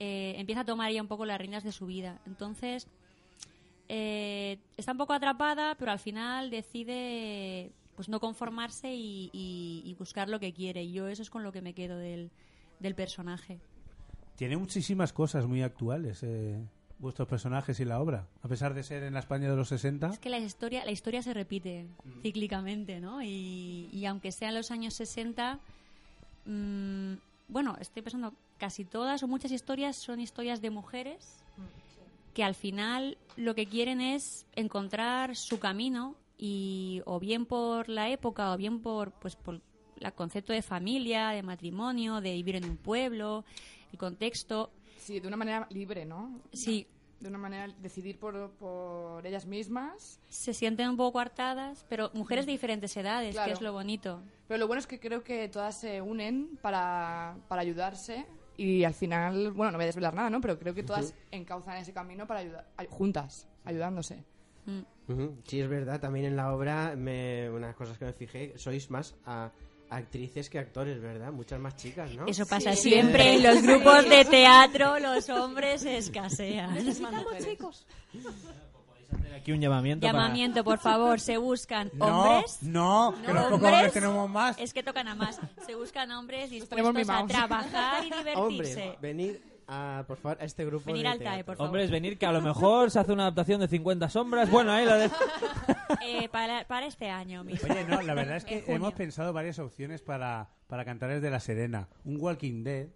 eh, empieza a tomar ella un poco las riendas de su vida. Entonces, eh, está un poco atrapada, pero al final decide pues no conformarse y, y- y buscar lo que quiere. Y yo eso es con lo que me quedo del, del personaje. Tiene muchísimas cosas muy actuales eh, vuestros personajes y la obra. A pesar de ser en la España de los 60, Es que la historia, la historia se repite Mm. cíclicamente, ¿no? Y, y aunque sean los años 60, mm, bueno, estoy pensando, casi todas o muchas historias son historias de mujeres que al final lo que quieren es encontrar su camino y o bien por la época o bien por pues por el concepto de familia, de matrimonio, de vivir en un pueblo, el contexto. Sí, de una manera libre, ¿no? Sí. De una manera decidir por, por ellas mismas. Mm. Se sienten un poco coartadas, pero mujeres de diferentes edades, Claro. que es lo bonito. Pero lo bueno es que creo que todas se unen para, para ayudarse. Y al final, bueno, no voy a desvelar nada, ¿no? Pero creo que todas Ujú. encauzan ese camino para ayudar, ay- juntas, ayudándose. Ujú, Sí, es verdad, también en la obra, me, unas cosas que me fijé, sois más a- actrices que actores, ¿verdad? Muchas más chicas, ¿no? Eso pasa siempre en los grupos de teatro, los hombres escasean. chicos. Aquí un llamamiento. para- Llamamiento, por favor, se buscan No, hombres. no, que los pocos hombres tenemos más. Es que tocan a más. Se buscan hombres tenemos dispuestos a mimados. trabajar y divertirse. Hombre, venid a, por favor, a este grupo Venir de al TAE, por favor. Hombres, venir que a lo mejor se hace una adaptación de 50 sombras. Bueno, ahí la de... Eh, para, para este año, mismo. Oye, no, la verdad es En que junio. hemos pensado varias opciones para, para cantares de La Serena. Un Walking Dead.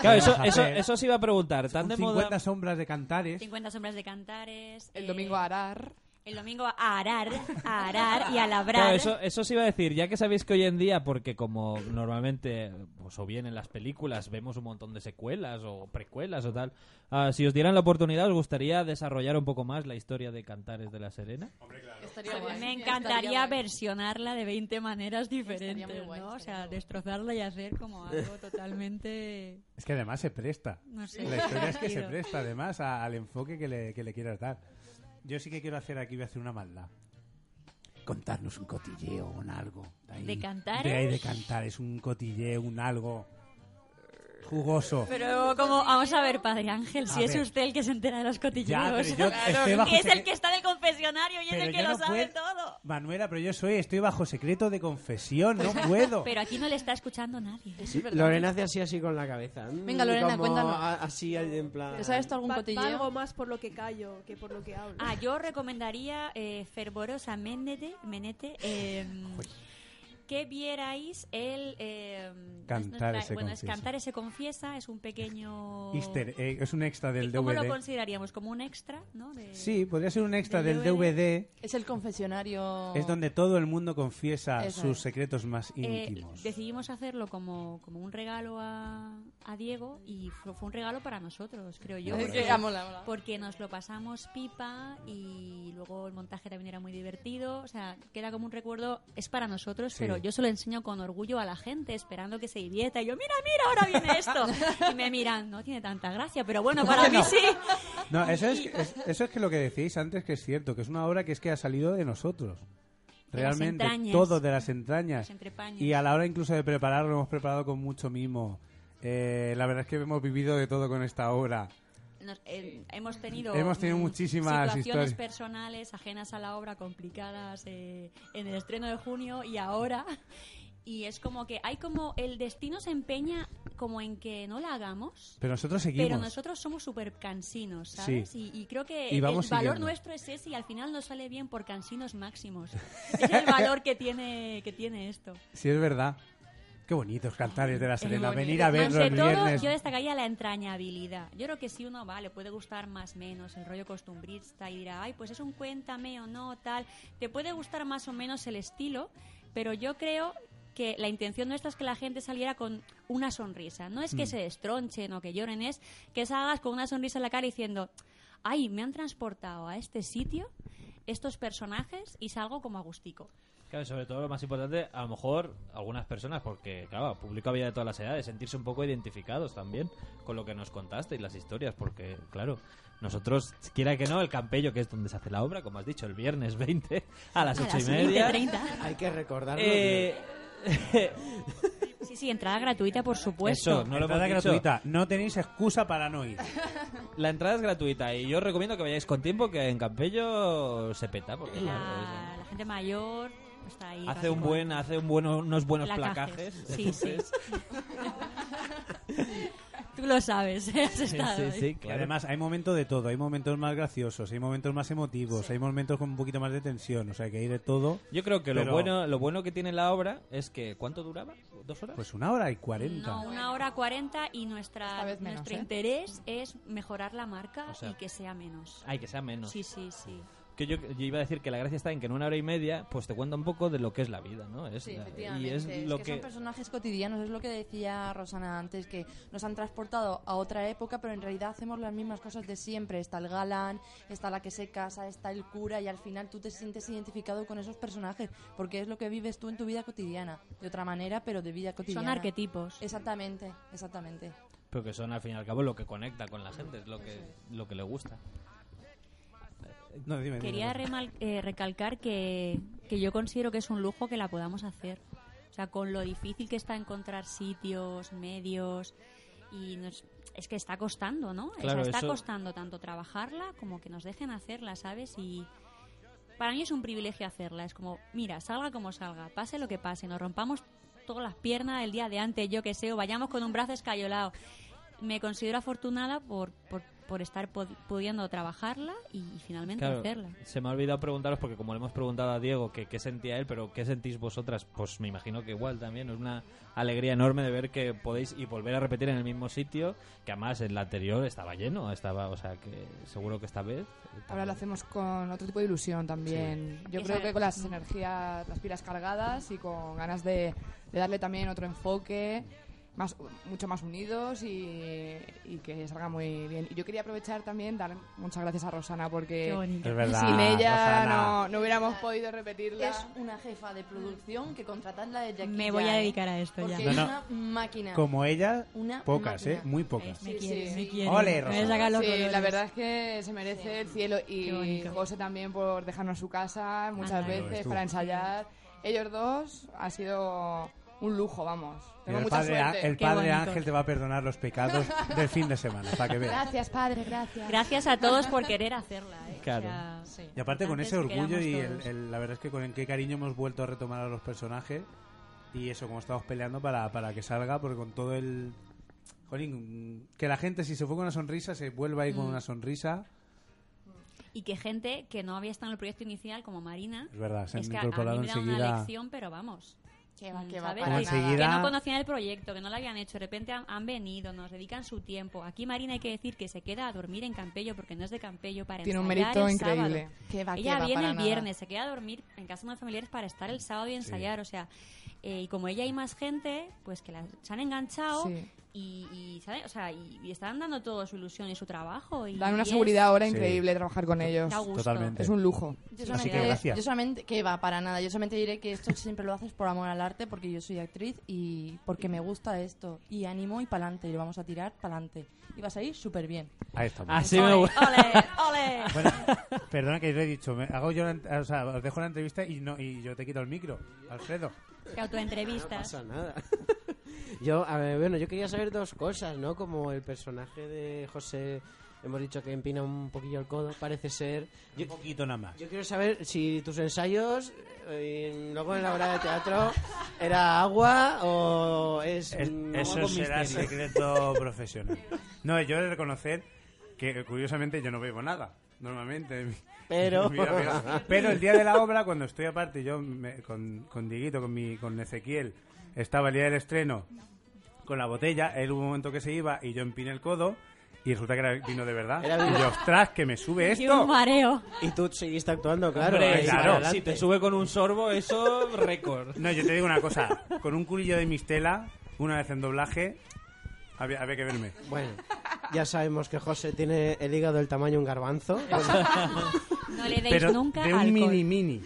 Claro, eso, Vamos a eso, hacer eso os iba a preguntar. Tan un de 50 moda... sombras de cantares. 50 sombras de cantares. El eh, domingo a arar. El domingo a arar, a arar y a labrar. Claro, eso, eso os iba a decir, ya que sabéis que hoy en día, porque como normalmente, pues, o bien en las películas vemos un montón de secuelas o precuelas o tal, ah, si os dieran la oportunidad, ¿os gustaría desarrollar un poco más la historia de Cantares de la Serena? A mí me encantaría versionarla de 20 maneras diferentes, muy guay, ¿no? O sea, destrozarla y hacer como algo totalmente... Es que además se presta. No sé. La historia es que se Divertido. presta además a- al enfoque que le, que le quieras dar. Yo sí que quiero hacer aquí, voy a hacer una maldad. Contarnos un cotilleo, un algo. De, ahí. ¿De Cantares? De ahí de cantar, es un cotilleo, un algo jugoso. Pero como, vamos a ver, Padre Ángel, si A es ver. usted el que se entera de los cotilleos. pero yo estoy bajo es el secre- que está en el confesionario y es Pero el yo que lo no sabe puedo- todo. Manuela, pero yo soy, estoy bajo secreto de confesión, no puedo. Pues, Pero aquí no le está escuchando nadie. Lorena hace así así con la cabeza. Mm, Venga, Lorena, como cuéntanos. a- Así en plan. sabes tú algún Va- cotilleo? Valgo más por lo que callo que por lo que hablo. Ah, yo recomendaría eh, fervorosamente Menete, eh, que vierais el... eh, Cantares se bueno, es confiesa. Cantares se confiesa, es un pequeño... Easter egg, es un extra del ¿Cómo DVD. lo consideraríamos? ¿Como un extra? ¿no? De- Sí, podría ser un extra del del DVD. Es el confesionario. Es donde todo el mundo confiesa Eso sus es. secretos más Eh, íntimos. decidimos hacerlo como, como un regalo a, a Diego y fue, fue un regalo para nosotros, creo yo. Es porque- que- ah, mola, mola. Porque nos lo pasamos pipa y luego el montaje también era muy divertido. O sea, queda como un recuerdo, es para nosotros, Sí. pero yo se lo enseño con orgullo a la gente, esperando que se divierta. Y yo, mira, mira, ahora viene esto. Y me miran, no tiene tanta gracia, pero bueno, para mí sí. No, eso es, es- eso es que lo que decíais antes que es cierto, que es una obra que es que ha salido de nosotros. De las Realmente, entrañas. todo de las entrañas. Las entrepañas. y a la hora incluso de prepararlo, lo hemos preparado con mucho mimo. Eh, la verdad es que hemos vivido de todo con esta obra. Nos- eh, hemos tenido Hemos tenido mm, muchísimas situaciones historias. personales ajenas a la obra complicadas eh, en el estreno de junio y ahora y es como que hay como el destino se empeña como en que no la hagamos Pero nosotros seguimos. pero nosotros somos súper cansinos sabes Sí. y, y creo que Y vamos el valor siguiendo. nuestro es ese y al final nos sale bien por cansinos máximos es el valor que tiene que tiene esto Si es verdad. Qué bonitos cantares de la Serena. bonito. Venir a verlo Ante el todo, viernes. yo destacaría la entrañabilidad. Yo creo que si uno va, le puede gustar más menos el rollo costumbrista y dirá, ay, pues es un cuéntame o no, tal. Te puede gustar más o menos el estilo, pero yo creo que la intención nuestra es que la gente saliera con una sonrisa. No es que Mm. se destronchen o que lloren, es que salgas con una sonrisa en la cara diciendo, ay, me han transportado a este sitio estos personajes y salgo como agustico. Claro, y sobre todo lo más importante, a lo mejor algunas personas, porque claro, público había de todas las edades, sentirse un poco identificados también con lo que nos contaste y las historias, porque claro, nosotros, quiera que no, el Campello, que es donde se hace la obra, como has dicho, el viernes 20 a las A 8 las y media. 20:30. Hay que recordarlo. Eh, Sí, sí, entrada gratuita, por supuesto. Eso, no lo Entrada hemos dicho. gratuita. No tenéis excusa para no ir. La entrada es gratuita y yo os recomiendo que vayáis con tiempo, que en Campello se peta, porque claro, es- la, la gente mayor está ahí. hace un ratico. buen, hace un bueno, unos buenos Placajes. placajes. Sí, sí. entonces- Tú lo sabes, ¿eh? has estado ahí. Y además hay momentos de todo, hay momentos más graciosos, hay momentos más emotivos, hay momentos con un poquito más de tensión, o sea que hay de todo. Yo creo que lo pero, bueno, lo bueno que tiene la obra es que ¿cuánto duraba? ¿Dos horas? Pues una hora y cuarenta. No, una hora cuarenta y nuestra, menos, nuestro ¿eh? interés es mejorar la marca O sea- y que sea menos. Ay, que sea menos. Sí, sí, sí. Que yo, yo iba a decir que la gracia está en que en una hora y media pues te cuenta un poco de lo que es la vida, ¿no? Es, Sí, la- efectivamente. y es lo que, que, son personajes cotidianos, es lo que decía Rosana antes, que nos han transportado a otra época, pero en realidad hacemos las mismas cosas de siempre. Está el galán, está la que se casa, está el cura, y al final tú te sientes identificado con esos personajes, porque es lo que vives tú en tu vida cotidiana. De otra manera, pero de vida cotidiana. arquetipos. Exactamente, exactamente. pero que son al fin y al cabo lo que conecta con la gente, es lo que, lo que le gusta. No, dime, Quería remal- eh, recalcar que, que yo considero que es un lujo que la podamos hacer. O sea, con lo difícil que está encontrar sitios, medios y nos- es que está costando, ¿no? O sea, Claro, está eso- costando tanto trabajarla como que nos dejen hacerla, ¿sabes? Y para mí es un privilegio hacerla. Es como, mira, salga como salga, pase lo que pase, nos rompamos todas las piernas el día de antes, yo que sé, o vayamos con un brazo escayolado. Me considero afortunada por, por por estar pod- pudiendo trabajarla y, y finalmente Claro, hacerla. Se me ha olvidado preguntaros, porque como le hemos preguntado a Diego que qué sentía él, pero qué sentís vosotras, pues me imagino que igual también es una alegría enorme de ver que podéis y volver a repetir en el mismo sitio, que además en la anterior estaba lleno, estaba, o sea que seguro que esta vez... Ahora lo hacemos con otro tipo de ilusión también. Yo Esa- creo que con las energías, las pilas cargadas y con ganas de, de darle también otro enfoque, más, mucho más unidos y, y que salga muy bien. Y yo quería aprovechar también, dar muchas gracias a Rosana porque Qué bonito. Es verdad, sin ella Rosana. no, no hubiéramos podido repetirla. Es una jefa de producción que contratadla de Jackie Me voy a Chan, dedicar a esto ¿eh? porque No, ya. es no. una máquina. Como ella, Una pocas, máquina. ¿eh? Muy pocas. Me quiere, me quiere. Ole, Me voy a Rosana. sacar los Sí, colores. la verdad es que se merece el cielo Qué y bonito. José también por dejarnos su casa muchas Anda. Lo ves veces tú. para ensayar. Ellos dos ha sido un lujo, vamos. Mira, Tengo el mucha padre, suerte. el padre Ángel te va a perdonar los pecados del fin de semana, para que veas. Gracias, padre, gracias. Gracias a todos por querer hacerla. ¿eh? Claro. O sea, Y aparte con antes ese orgullo quedamos y todos. el- el- la verdad es que con el qué cariño hemos vuelto a retomar a los personajes y eso, como estamos peleando para, para que salga, porque con todo el... Jolín, que la gente si se fue con una sonrisa se vuelva ahí con Mm. una sonrisa. Y que gente que no había estado en el proyecto inicial, como Marina, Es verdad, se han es que a- incorporado a mí me da enseguida. una lección, pero vamos. Que va, Mm, que va, ¿sabes? para Como nada. enseguida- Que no conocían el proyecto, que no lo habían hecho, de repente han, han venido, nos dedican su tiempo. Aquí Marina hay que decir que se queda a dormir en Campello porque no es de Campello para Tiene un ensayar mérito el increíble. sábado. Que va, que ella va, viene para el nada. viernes, se queda a dormir en casa de unos familiares para estar el sábado y ensayar, o sea, eh, y como ella hay más gente, pues que las se han enganchado Sí. y, y, ¿sabes? O sea, y, y están dando todo su ilusión y su trabajo y Dan y una es- seguridad ahora Sí. increíble trabajar con ellos. Da gusto. Totalmente. Es un lujo. Yo solamente, yo solamente- que va para nada. Yo solamente diré que esto siempre lo haces por amor al arte, porque yo soy actriz y porque me gusta esto. Y ánimo y pa'lante, y lo vamos a tirar pa'lante. Y vas a ir súper bien. Ahí estamos. Así me gusta. ole. Bueno, perdona que yo he dicho, me hago yo la ent- o sea, os dejo la entrevista y no y yo te quito el micro, Alfredo. Te autoentrevistas. pasa nada. Yo, a ver, bueno, yo quería saber dos cosas, ¿no? Como el personaje de José, hemos dicho que empina un poquillo el codo, parece ser. Yo, Un poquito nada más. yo quiero saber si tus ensayos, eh, en- luego en la obra de teatro, era agua o es. mm, Eso algo será misterio. secreto profesional. No, yo he de reconocer que curiosamente yo no bebo nada, normalmente. en mi- Pero- en mi vida privada. Pero el día de la obra, cuando estoy aparte, yo me- con, con Dieguito, con, mi, con Ezequiel, estaba el día del estreno con la botella, él hubo un momento que se iba y yo empiné el codo y resulta que era vino de verdad. Era y vino. yo, ostras, que me sube Y un esto. mareo. Y tú seguiste actuando, claro. Hombre, ahí si- claro, para adelante. si te sube con un sorbo, eso récord. No, yo te digo una cosa. Con un culillo de mistela, una vez en doblaje, había, había que verme. Bueno, ya sabemos que José tiene el hígado del tamaño de un garbanzo. No le deis Pero nunca de un alcohol. mini mini.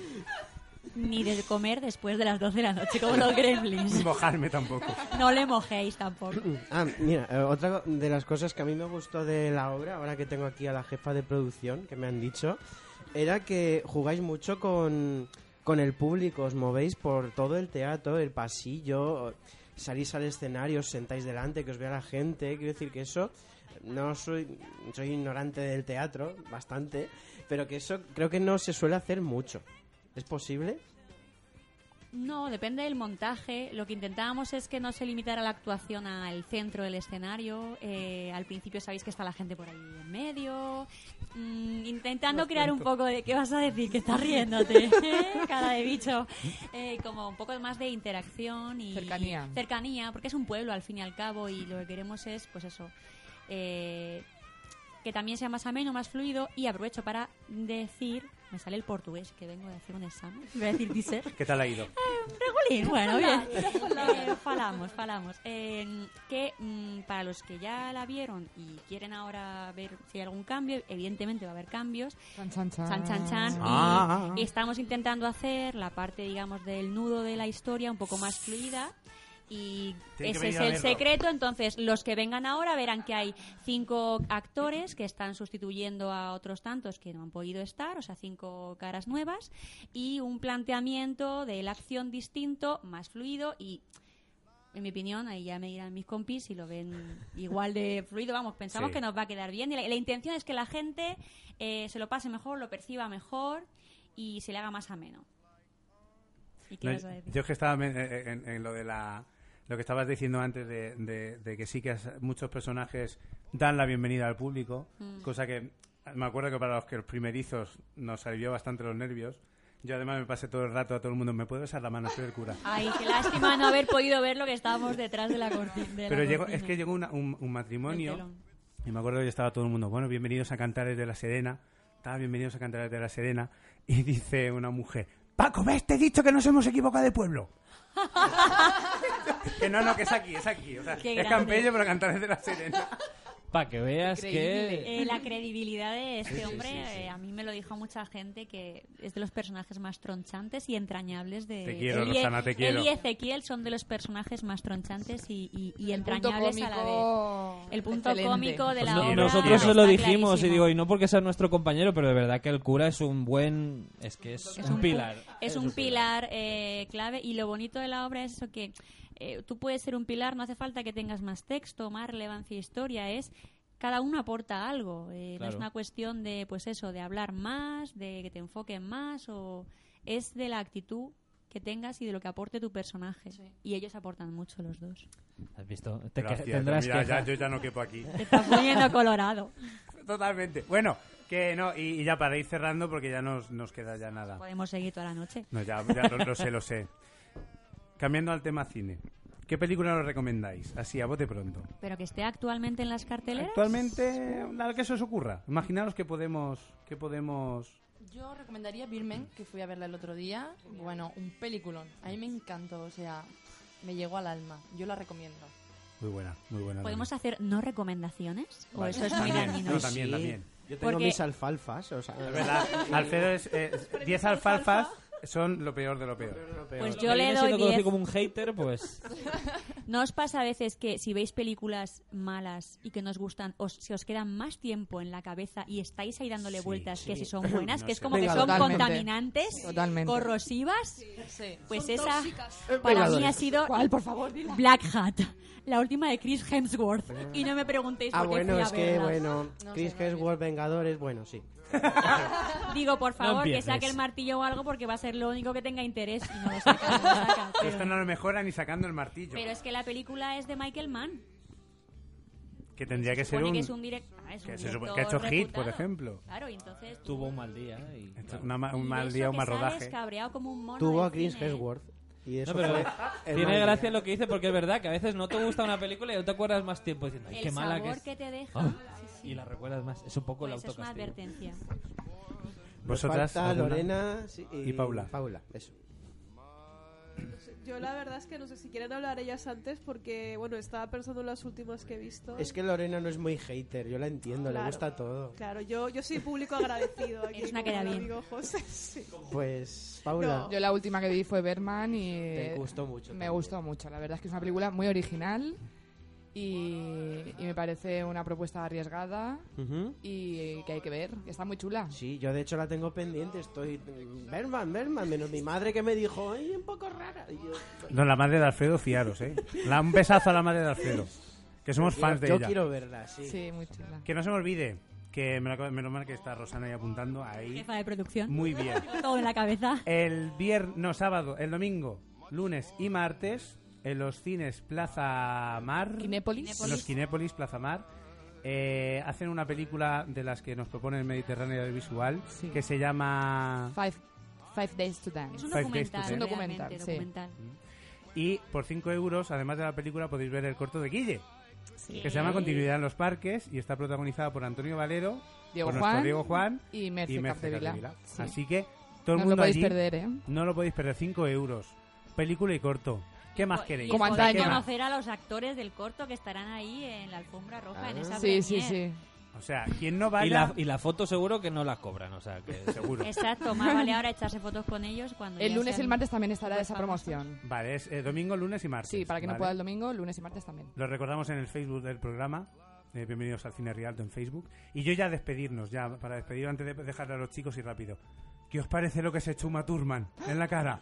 Ni de comer después de las 12 de la noche, como los gremlins. Ni mojarme tampoco. No le mojéis tampoco. Ah, mira, eh, otra de las cosas que a mí me gustó de la obra, ahora que tengo aquí a la jefa de producción, que me han dicho, era que jugáis mucho con, con el público, os movéis por todo el teatro, el pasillo, salís al escenario, os sentáis delante, que os vea la gente, quiero decir que eso... No soy, soy ignorante del teatro, bastante, pero que eso creo que no se suele hacer mucho. ¿Es posible? No, depende del montaje. Lo que intentábamos es que no se limitara la actuación al centro del escenario. Eh, al principio sabéis que está la gente por ahí en medio. Mm, intentando crear un poco de... ¿Qué vas a decir? Que estás riéndote. ¿eh? Cara de bicho. Eh, como un poco más de interacción y... Cercanía. Cercanía, porque es un pueblo al fin y al cabo y lo que queremos es, pues eso... eh, que también sea más ameno, más fluido y aprovecho para decir... Me sale el portugués, que vengo de hacer un examen. Voy a decir diser. ¿Qué tal ha ido? Regulín, bueno, bien. Eh, falamos, falamos. Eh, que mm, para los que ya la vieron y quieren ahora ver si hay algún cambio, evidentemente va a haber cambios. Chan, chan, chan. Chan, chan, chan. Y Ah. estamos intentando hacer la parte, digamos, del nudo de la historia un poco más fluida. Y Tienen que ese venir es a el verlo. secreto. Entonces, los que vengan ahora verán que hay cinco actores que están sustituyendo a otros tantos que no han podido estar, o sea, cinco caras nuevas, y un planteamiento de la acción distinto, más fluido y. En mi opinión, ahí ya me dirán mis compis si lo ven igual de fluido. Vamos, pensamos Sí. que nos va a quedar bien. Y la, la intención es que la gente eh, se lo pase mejor, lo perciba mejor y se le haga más ameno. ¿Y qué No, vas a decir? yo es que estaba en, en- en lo de la, lo que estabas diciendo antes de, de- de que sí que has- muchos personajes dan la bienvenida al público, Mm. cosa que me acuerdo que para los que los primerizos nos alivió bastante los nervios. Yo además me pasé todo el rato a todo el mundo, ¿me puedo besar la mano? Soy el cura. Ay, qué lástima no haber podido ver lo que estábamos detrás de la corti- de la Pero llegó, cortina. es que llegó una- un, un El matrimonio telón. y me acuerdo que estaba todo el mundo, bueno, bienvenidos a Cantares de la Serena, tal, bienvenidos a Cantares de la Serena, y dice una mujer, Paco, ¿ves? Te he dicho que nos hemos equivocado de pueblo. que no, no, que es aquí, es aquí. O sea, Qué es grande. Campello, pero Cantares de la Serena. Para que veas que... Eh, la credibilidad de este Sí, sí, hombre, sí, sí. eh, a mí me lo dijo mucha gente que es de los personajes más tronchantes y entrañables de. Te quiero, él y- Rosana, te quiero. Él y Ezequiel son de los personajes más tronchantes y, y- y entrañables a la cómico vez. El punto excelente. cómico de la No, obra. nosotros se lo está dijimos y clarísimo. digo, y no porque sea nuestro compañero, pero de verdad que el cura es un buen... Es que es, un, pu- pilar. Es un pilar eh, clave y lo bonito de la obra es eso que eh, tú puedes ser un pilar, no hace falta que tengas más texto, más relevancia, e historia, es cada uno aporta algo. eh, No es Claro. una cuestión de, pues eso, de hablar más, de que te enfoquen más o es de la actitud que tengas y de lo que aporte tu personaje. Y ellos aportan mucho los dos. ¿Has visto? Te que- Gracias, tendrás mira, queja. ya- yo ya no quepo aquí. Te estás poniendo colorado. Totalmente. Bueno, que no, y, y ya para ir cerrando, porque ya nos, nos queda ya nada. Podemos seguir toda la noche. No, ya, ya lo, lo sé, lo sé. Cambiando al tema cine. ¿Qué película nos recomendáis? Así, a bote pronto. Pero que esté actualmente en las carteleras. Actualmente, nada que se os ocurra. Imaginaros que podemos... Que podemos... Yo recomendaría Birmen, que fui a verla el otro día. Bueno, un peliculón. A mí me encantó, o sea, me llegó al alma. Yo la recomiendo. Muy buena, muy buena. ¿Podemos hacer no recomendaciones? ¿O Vale. eso es muy También, dañino? no, también, también. Yo tengo Porque- mis alfalfas, o sea... Es verdad, Alfredo es... eh, 10 alfalfas son lo peor de lo peor. Pues Lo yo que le viene doy siendo conocido 10. como un hater, pues... ¿No os pasa a veces que si veis películas malas y que no os gustan, os, se os quedan más tiempo en la cabeza y estáis ahí dándole Sí, vueltas que sí. si son buenas, No que es sé. como Venga, que son totalmente. contaminantes, Sí. Totalmente. corrosivas? Sí. Pues Son esa tóxicas. para Venga, mí ha Dolores. sido ¿Cuál, por favor, dila? Black Hat, la última de Chris Hemsworth. Y no me preguntéis Ah, por qué bueno, fui a es que, verla. bueno, Chris Hemsworth, Vengadores, bueno, sí. Digo, por favor, que empieces. saque el martillo o algo porque va a ser lo único que tenga interés. Y no lo saca, no lo saca. Esto no lo mejora ni sacando el martillo. Pero es que la película es de Michael Mann. Que tendría que ser supone un... que es un direct- ah, es un que se supone- director que ha hecho hit, reputado. por ejemplo. Claro, y entonces Tuvo un mal día ¿eh? y... claro. Una ma- un Y mal eso día, que un mal sales rodaje. cabreado como un mono Tuvo del a Chris cine. Hemsworth y eso No, pero fue... el tiene mal gracia lo que dice porque es verdad que a veces no te gusta una película y no te acuerdas más tiempo diciendo, ay, El qué mala que sabor es. que te deja. Ah, Sí, sí. Y la recuerdas más. Es un poco Pues la es una autocastigo. advertencia. Vosotras, falta alguna? Lorena sí, Y Paula. Paula, eso. Yo la verdad es que no sé si quieren hablar ellas antes porque, bueno, estaba pensando en las últimas que he visto. Es que Lorena no es muy hater, yo la entiendo, le Claro. gusta todo. Claro, yo, yo soy público agradecido aquí. Eres una como queda el bien. amigo José, sí. Pues, Paula, Yo la última que vi fue Berman y... Te gustó mucho Me también. gustó mucho. La verdad es que es una película muy original y, y me parece una propuesta arriesgada Ujú. y que hay que ver. que Está muy chula. sí, yo de hecho la tengo pendiente, estoy... Berman, Berman, menos mi madre que me dijo, ay, un poco rara. Y yo, pues. No, la madre de Alfredo, fiaros, ¿eh? La, un besazo a la madre de Alfredo. Que somos Yo quiero- fans de yo ella. quiero verla, sí. Sí, muy chula. Que no se me olvide que me lo, acabo- menos mal que está Rosana ahí apuntando ahí. Jefa de producción. Muy bien. Todo en la cabeza. El viernes, no, sábado, el domingo, lunes y martes en los cines Plaza Mar. Kinépolis. En los Kinépolis, Plaza Mar. eh, hacen una película de las que nos propone el Mediterráneo Visual que se llama Five, Five Days to Dance. Es un Five Days to documental. Dance. un documental, realmente, sí. documental. y por 5 euros además de la película podéis ver el corto de Guille Sí. que se llama Continuidad en los Parques y está protagonizada por Antonio Valero Diego por nuestro Juan Diego Juan y Merce Capdevila. Sí. así que todo el No os lo mundo podéis allí- perder, ¿eh? no lo podéis perder 5 euros película y corto ¿qué más queréis? Y O sea, podéis ¿qué más? conocer a los actores del corto que estarán ahí en la alfombra roja en esa Sí, sí, premiere. sí. o sea quien no Y vaya la, y la foto seguro que no la cobran, o sea, que seguro. Exacto, más vale ahora echarse fotos con ellos cuando El ya lunes y sean- el martes también estará Pues esa vamos. promoción. vale es eh, domingo lunes y martes Sí, para que no ¿vale? pueda el domingo, lunes y martes también. Lo recordamos en el Facebook del programa. eh, bienvenidos al Cine Rialto en Facebook. Y yo ya despedirnos, ya para despedir antes de dejarle a los chicos y rápido. ¿Qué os parece lo que se chuma Turman en la cara?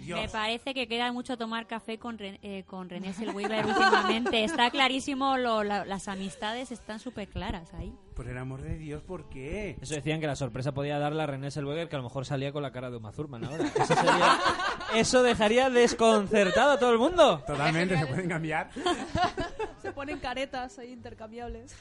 Dios. Me parece que queda mucho tomar café con, Ren- eh, con René Selweber últimamente. Está clarísimo, lo- la- las amistades están súper claras ahí. Por el amor de Dios, ¿por qué? Eso decían que la sorpresa podía darla a René Selweger, que a lo mejor salía con la cara de Uma Thurman ahora. Eso, sería- eso dejaría desconcertado a todo el mundo. Totalmente, se pueden cambiar. Se ponen caretas ahí intercambiables.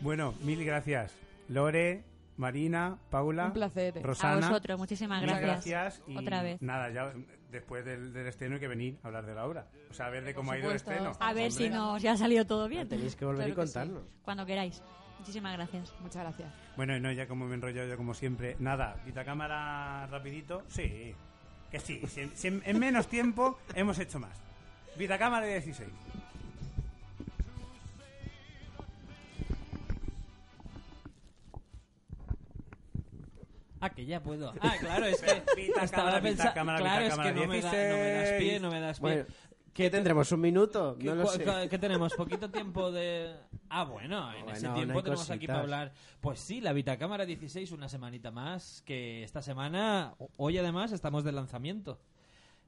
Bueno, mil gracias. Lore, Marina, Paula. Un placer. Rosana. A vosotros, muchísimas Mil gracias. y Otra vez. Nada, ya después del, del estreno hay que venir a hablar de la obra. O sea, a ver de cómo ha ido el supuesto, estreno. A ver si nos ya ha salido todo bien. Tenéis que volver y Claro que sí. contarnos. Cuando queráis. Muchísimas gracias. Muchas gracias. Bueno, y no, ya como me he enrollado yo como siempre. Nada, quita cámara rapidito. Sí, que sí. si en- si en, en menos tiempo hemos hecho más. Vida cámara de 16. Ah, que ya puedo. Ah, claro, es que Pita estaba cámara, pita pensando. cámara, Claro, pita es que cámara, no me, da- no me das pie, no me das pie. Bueno, ¿Qué tendremos? ¿Un minuto? ¿Qué, No lo cua- sé. cua- qué tenemos? ¿Poquito tiempo de...? Ah, bueno, en Bueno, ese aún tiempo hay tenemos aquí cositas. para hablar. Pues sí, la Vitacámara 16, una semanita más, que esta semana, ho- hoy además, estamos de lanzamiento.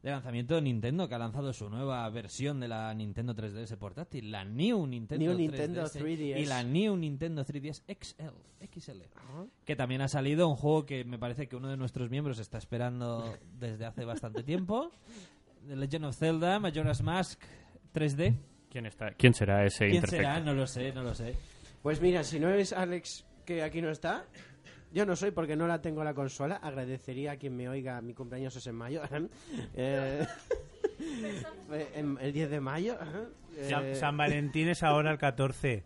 De lanzamiento de Nintendo, que ha lanzado su nueva versión de la Nintendo 3DS portátil, la New Nintendo, New Nintendo 3DS. y la New Nintendo 3DS XL. XL. Ah. Que también ha salido un juego que me parece que uno de nuestros miembros está esperando desde hace bastante tiempo. The Legend of Zelda, Majora's Mask 3D. ¿Quién, está, ¿Quién será ese ¿Quién imperfecto? será? No lo sé, no lo sé. Pues mira, si no es Alex que aquí no está, yo no soy porque no la tengo la consola. Agradecería a quien me oiga, mi cumpleaños es en mayo. Eh, en- el 10 de mayo. eh, San, San Valentín es ahora el 14.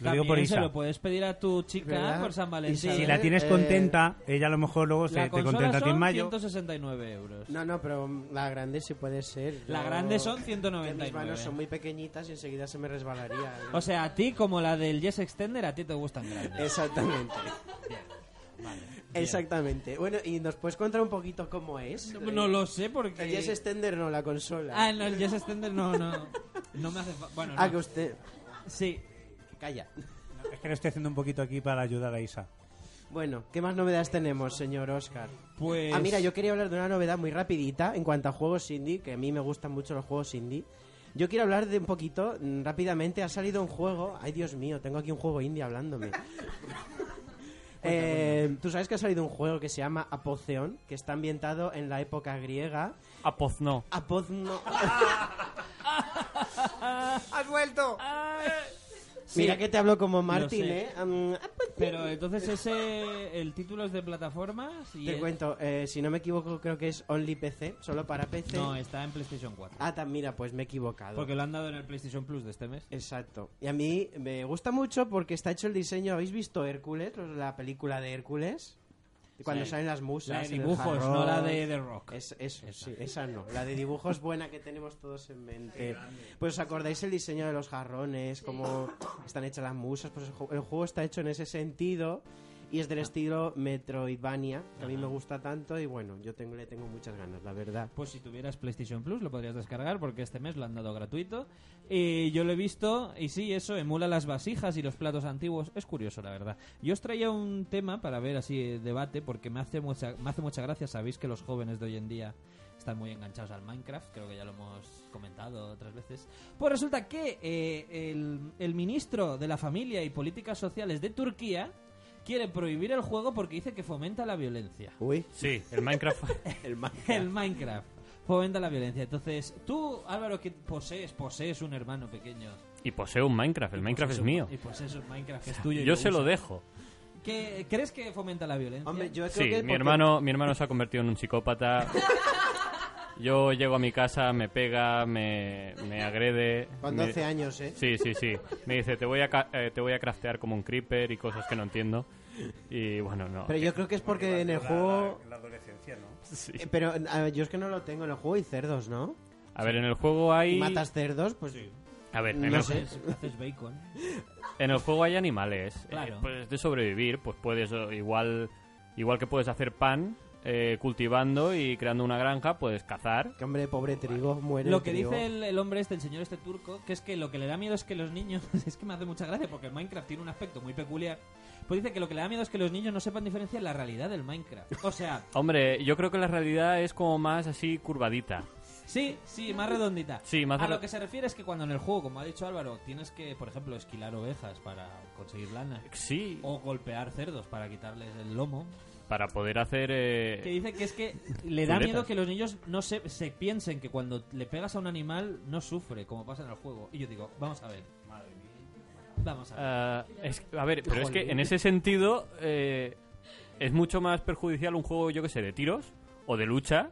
Lo También digo por se Isa. lo puedes pedir a tu chica ¿Verdad? por San Y Valentín. si, la tienes eh, contenta, ella a lo mejor luego se La te consola contenta a ti en son mayo. 169 euros. No, no, pero la grande sí puede ser. La Yo- grande son que 199. Mis manos son muy pequeñitas y enseguida se me resbalaría. O sea, a ti como la del Yes Extender, a ti te gustan grandes. Exactamente. Bien. Exactamente. Bueno, ¿y nos puedes contar un poquito cómo es? No lo sé porque... El Yes Extender no, la consola. Ah, no, el Yes Extender no, no. No me hace falta... Bueno, Ah, no. que usted... Sí. Calla. Es que lo estoy haciendo un poquito aquí para ayudar a Isa. Bueno, ¿qué más novedades tenemos, señor Oscar? Pues... Ah, mira, yo quería hablar de una novedad muy rapidita en cuanto a juegos indie, que a mí me gustan mucho los juegos indie. Yo quiero hablar de un poquito, mm, rápidamente, ha salido un juego... Ay, Dios mío, tengo aquí un juego indie hablándome. Eh, Tú sabes que ha salido un juego que se llama Apoceón, que está ambientado en la época griega. Apozno. Apozno... ¡Has vuelto! Mira que te hablo como Martín, Martín, ¿eh? Am, Apotheon. Pero entonces ese... El título es de plataformas y... Te es- cuento, eh, si no me equivoco, creo que es Only PC, solo para PC. No, está en PlayStation 4. Ah, ta- mira, pues me he equivocado. Porque lo han dado en el PlayStation Plus de este mes. Exacto. Y a mí me gusta mucho porque está hecho el diseño. ¿Habéis visto Hércules? La película de Hércules. Cuando Sí. salen las musas. La de en el dibujos, jarrón. no la de The Rock. Es, eso, sí, esa no. La de dibujos buena que tenemos todos en mente. Pues os acordáis el diseño de los jarrones, cómo están hechas las musas. Pues el ju- el juego está hecho en ese sentido y es del estilo Metroidvania, que a mí me gusta tanto y bueno, yo tengo, le tengo muchas ganas, la verdad. Pues si tuvieras PlayStation Plus lo podrías descargar porque este mes lo han dado gratuito. Y yo lo he visto y sí, eso emula las vasijas y los platos antiguos. Es curioso, la verdad. Yo os traía un tema para ver así eh, debate porque me hace mucha, me hace mucha gracia. Sabéis que los jóvenes de hoy en día están muy enganchados al Minecraft, creo que ya lo hemos comentado otras veces. Pues resulta que eh, el, el ministro de la Familia y Políticas Sociales de Turquía quiere prohibir el juego porque dice que fomenta la violencia. Uy, Sí, el Minecraft. el El Minecraft fomenta la violencia. Entonces, tú, Álvaro, que posees, posees un hermano pequeño. y posee un Minecraft. El Minecraft Posees es un- mío. Y posees un Minecraft que es tuyo. y Yo se lo usas. dejo. ¿Qué- ¿Crees que fomenta la violencia? Hombre, yo creo Sí, que mi porque- hermano, mi hermano se ha convertido en un psicópata. Yo llego a mi casa, me pega, me, me agrede. Con me- 12 años, ¿eh? Sí, sí, sí. Me dice, te voy, a ca- eh, te voy a craftear como un creeper y cosas que no entiendo. Y bueno, no. Pero yo creo que es porque en el juego... La, adolescencia, ¿no? Sí. Eh, Pero a ver, yo es que no lo tengo en el juego y cerdos, ¿no? A ver, en el juego hay... Y matas cerdos, pues A ver, en, No el, sé. Haces, haces bacon. en el juego hay animales. Claro. Eh, pues de sobrevivir, pues puedes... eh, Igual, igual que puedes hacer pan, eh, cultivando y creando una granja, puedes cazar. Que hombre, pobre trigo, muere. Lo que dice el, el hombre este, el señor este turco, que es que lo que le da miedo es que los niños... Es que me hace mucha gracia porque el Minecraft tiene un aspecto muy peculiar. Pues dice que lo que le da miedo es que los niños no sepan diferenciar la realidad del Minecraft. O sea, Hombre, yo creo que la realidad es como más así curvadita. sí, sí, más redondita. Sí, más A re- lo que se refiere es que cuando en el juego, como ha dicho Álvaro, tienes que, por ejemplo, esquilar ovejas para conseguir lana. Sí. O golpear cerdos para quitarles el lomo. Para poder hacer... eh, Que dice que es que le da Chuletas. miedo que los niños no se, se piensen que cuando le pegas a un animal no sufre, como pasa en el juego. Y yo digo, vamos a ver. Vamos a ver. Ah, es- a ver, pero es que Jolín. en ese sentido eh, es mucho más perjudicial un juego, yo que sé, de tiros o de lucha.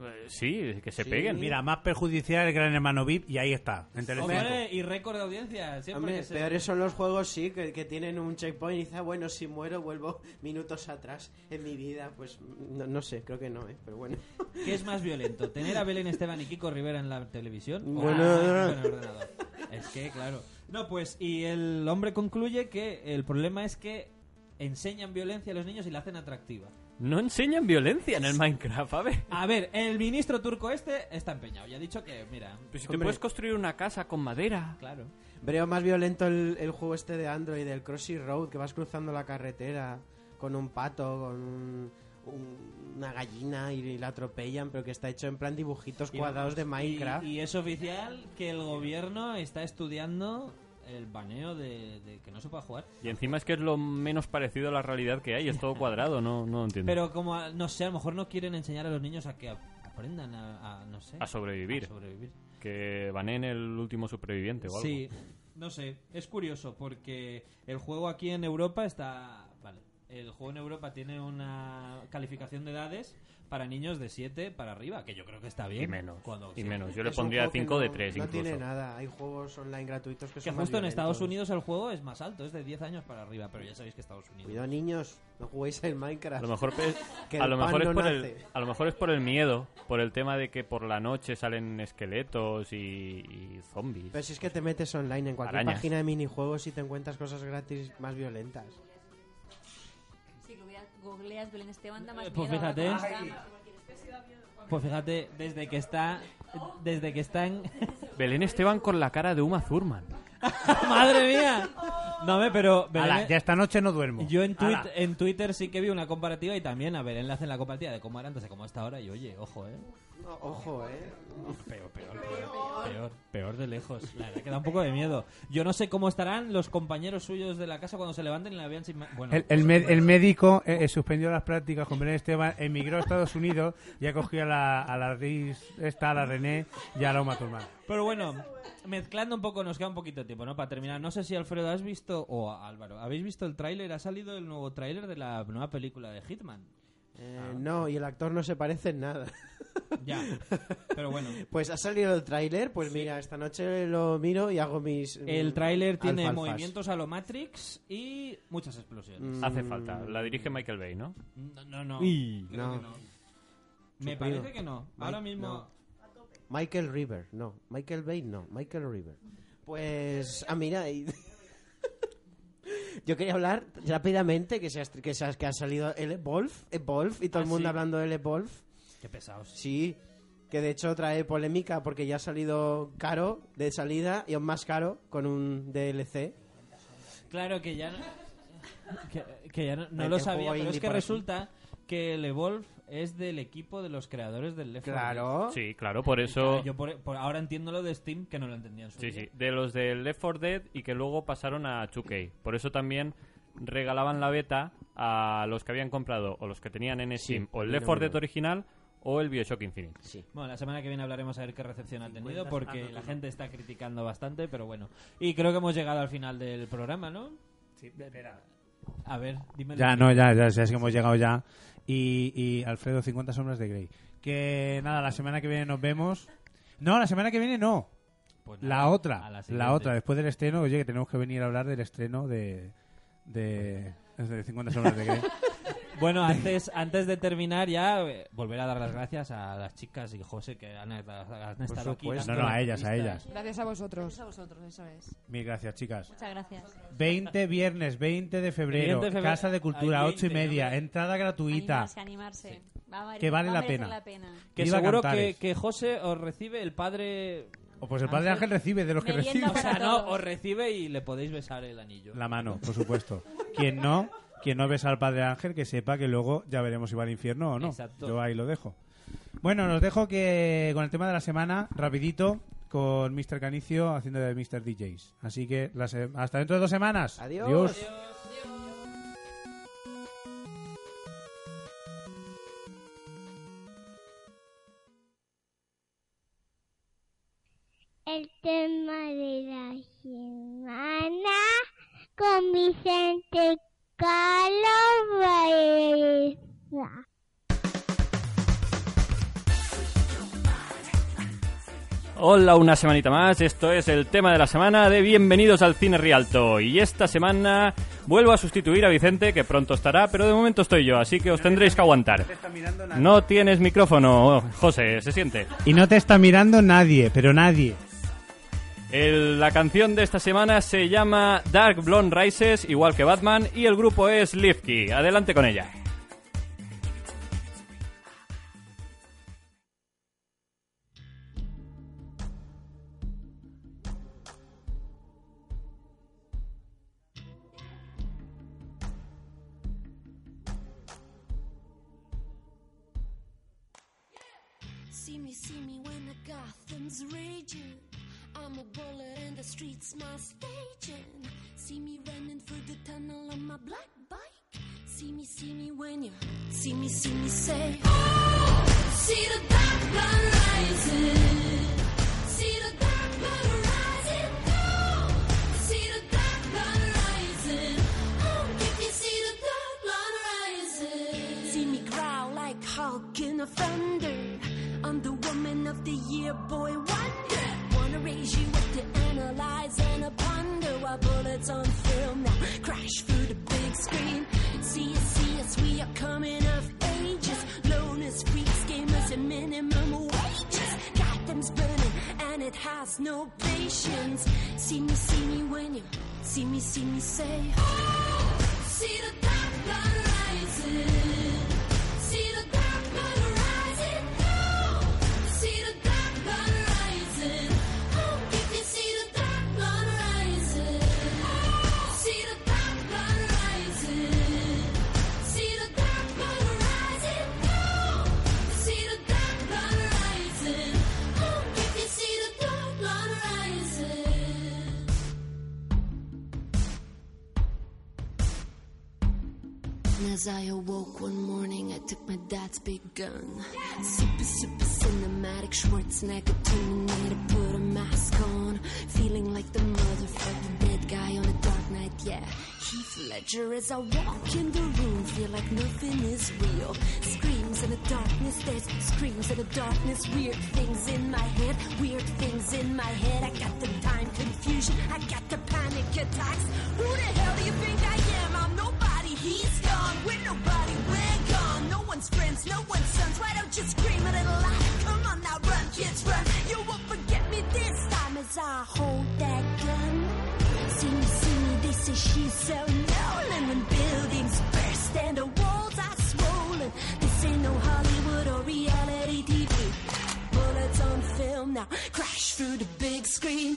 Eh, sí, que se peguen. Mira, más perjudicial el Gran Hermano VIP y ahí está. En Telecinco. Hombre, eh, y récord de audiencia. Siempre Hombre, que se- peores son los juegos, sí, que, que tienen un checkpoint y dices, "Ah, bueno, si muero vuelvo minutos atrás en mi vida. Pues no, no sé, creo que no, ¿eh? pero bueno. ¿Qué es más violento? ¿Tener a Belén Esteban y Kiko Rivera en la televisión? o Bueno, a- no, no. en el ordenador? Es que, claro. No, pues, y el hombre concluye que el problema es que enseñan violencia a los niños y la hacen atractiva. No enseñan violencia en el Minecraft, a ver. A ver, el ministro turco este está empeñado. Ya ha dicho que, mira... si te puedes construir una casa con madera. Claro. Veo más violento el, el juego este de Android, el Crossy Road, que vas cruzando la carretera con un pato, con un- un- una gallina y la atropellan, pero que está hecho en plan dibujitos Y cuadrados vamos, de y- Minecraft. Y, es oficial que el gobierno está estudiando el baneo de, de que no se pueda jugar. Y encima es que es lo menos parecido a la realidad que hay, es todo cuadrado, no, no lo entiendo. Pero como, a- no sé, a lo mejor no quieren enseñar a los niños a que ap- aprendan a, a- no sé. a sobrevivir. ¿eh? A sobrevivir. Que baneen el último superviviente o algo. Sí, no sé, es curioso porque el juego aquí en Europa está... Vale, el juego en Europa tiene una calificación de edades para niños de 7 para arriba, que yo creo que está bien. Y menos, Cuando- y sí. menos. Yo le Es un pondría juego que 5 de no- 3 No incluso. tiene nada, hay juegos online gratuitos que, Que son más justo en violentos. Estados Unidos el juego es más alto, es de 10 años para arriba, pero ya sabéis que Estados Unidos... Cuidado, niños, no juguéis en A Minecraft. lo mejor es, Que a el lo pan mejor es no por el, nace. a lo mejor es por el miedo, por el tema de que por la noche salen esqueletos y, y zombies. Pero si es que te metes online en cualquier Arañas. página de minijuegos y te encuentras cosas gratis más violentas. Si googlea- googleas Belén Esteban, da más Eh, pues miedo, fíjate. ahora que está- Pues fíjate, desde que está. Desde que está en. Belén Esteban con la cara de Uma Thurman. ¡Madre mía! No, me, pero. Ala, ya esta noche no duermo. Yo en, tuit- Ala. en Twitter sí que vi una comparativa y también a Belén le hacen la comparativa de cómo era antes de cómo está ahora. Y oye, ojo, eh. No, ojo, eh. Peor, peor, peor. Peor, peor de lejos. La verdad que da un poco de miedo. Yo no sé cómo estarán los compañeros suyos de la casa cuando se levanten y la vean sin. ma- Bueno, pues, El, el med- el médico eh, eh, suspendió las prácticas con Belén Esteban, emigró a Estados Unidos y ha cogido a la, a la Riz, esta, a la René y a la Uma Thurman. Pero bueno, mezclando un poco, nos queda un poquito de tiempo, ¿no? Para terminar, no sé si Alfredo has visto, o Álvaro, ¿habéis visto el tráiler? Ha salido el nuevo tráiler de la nueva película de Hitman. Eh, no, y el actor no se parece en nada. Ya, pero bueno. Pues ha salido el tráiler, pues mira, esta noche lo miro y hago mis... mm, El tráiler tiene alfalfas. movimientos a lo Matrix y muchas explosiones. Mm. Hace falta. La dirige Michael Bay, ¿no? No, no, no. Y- Creo que No. Me Chupido. parece que no. Ahora Mike, mismo... no. Michael River, no. Michael Bay, no. Michael River. Pues... Ah, mira, y- Yo quería hablar rápidamente que, se ha, que, se ha- que ha salido el Evolve, Evolve, y todo Ah, el mundo sí. hablando del Evolve. Qué pesados. Sí, que de hecho trae polémica porque ya ha salido caro de salida y aún más caro con un DLC. Claro que ya no, que, que ya no, no El- lo el sabía, juego pero es indie que por aquí. resulta que el Evolve es del equipo de los creadores del Left 4 Dead. Claro. Sí, claro, por eso. Yo por, por ahora entiendo lo de Steam, que no lo entendía en su Sí, día. sí. De los de Left 4 Dead y que luego pasaron a 2K. Por eso también regalaban la beta a los que habían comprado o los que tenían en Steam o el Left 4 Dead original o el Bioshock Infinite. Bueno, la semana que viene hablaremos a ver qué recepción ha tenido, porque la gente está criticando bastante, pero bueno. Y creo que hemos llegado al final del programa, ¿no? Sí, espera. A ver, dime. Ya, no, ya, ya, ya es que hemos llegado ya. Y, y Alfredo, 50 sombras de Grey. Que nada, la semana que viene nos vemos. No, la semana que viene no. Pues nada, La otra. a La, siguiente. otra, después del estreno. Oye, que tenemos que venir a hablar del estreno de. de. de 50 sombras de Grey. Bueno, antes, antes de terminar ya, eh, volver a dar las gracias a las chicas y José que han, han estado aquí. supuesto. No, no, a ellas, a ellas. Gracias a vosotros. Gracias a vosotros, eso es. Mil gracias, chicas. Muchas gracias. 20 viernes, 20 de febrero, 20 de febrero. Casa de Cultura, Al 8 y 20, media, entrada gratuita. Animarse, animarse. Va a valer- Que vale va a la merecer pena. Que Viva seguro que, Cantares. que José os recibe el padre... O pues el padre Ángel recibe, de los que recibe. O sea, no, os recibe y le podéis besar el anillo. La mano, por supuesto. Quien no, quien no besa al Padre Ángel, que sepa que luego ya veremos si va al infierno o no. Exacto. Yo ahí lo dejo. Bueno, nos dejo que con el tema de la semana, rapidito, con Mr. Canicio haciendo de Mr. DJs. Así que la se- hasta dentro de dos semanas. Adiós. el tema de la semana con Vicente Carlos Baeza. Hola, una semanita más. Esto es el tema de la semana de Bienvenidos al Cine Rialto. Y esta semana vuelvo a sustituir a Vicente, que pronto estará, pero de momento estoy yo, así que os tendréis que aguantar. No tienes micrófono, José, se siente. Y no te está mirando nadie, pero nadie. El- la canción de esta semana se llama Dark Blonde Rises, igual que Batman, y el grupo es Lifky. Adelante con ella. See me, see me when the Gotham's raging. I'm a bullet and the streets my staging. See me running through the tunnel on my black bike. See me, see me when you see me, see me say. Oh, see the dark blood rising. See the dark blood rising. Oh, see the dark blood rising. Oh, if you see the dark blood rising. See me growl like Hulk in a thunder. I'm the woman of the year, boy wonder. Wanna raise you up to analyze and a ponder while bullets on film now crash through the big screen. See us, see us, we are coming of ages. Loners, freaks, gamers, and minimum wages. Gotham's burning and it has no patience. See me, see me when you see me, see me say. Oh, see the dark blood rising. See the dark blood rising. Oh, see the dark blood rising. Oh, if you see the dark blood rising. Oh, see the dark blood rising. See the dark blood rising. Oh, see the dark blood rising. Oh, if you see the dark blood rising. And as I awoke one morning, I took my dad's big gun. Super, super cinematic Schwarzenegger Terminator put a mask on. Feeling like the motherfucking dead guy on a dark night, yeah. Heath Ledger as I walk in the room, feel like nothing is real. Screams in the darkness, there's screams in the darkness. Weird things in my head, weird things in my head. I got the time confusion, I got the panic attacks. Who the hell do you think I am? I'm nobody, he's gone. We're nobody, we're gone. No one's friends, no one's sons. Why don't you scream a little louder? Come on now, run, kids, run. You won't forget me this time as I hold that gun. See me, see me, they say she's so Nolan. When buildings burst and the walls are swollen, this ain't no Hollywood or reality TV. Bullets on film now, crash through the big screen.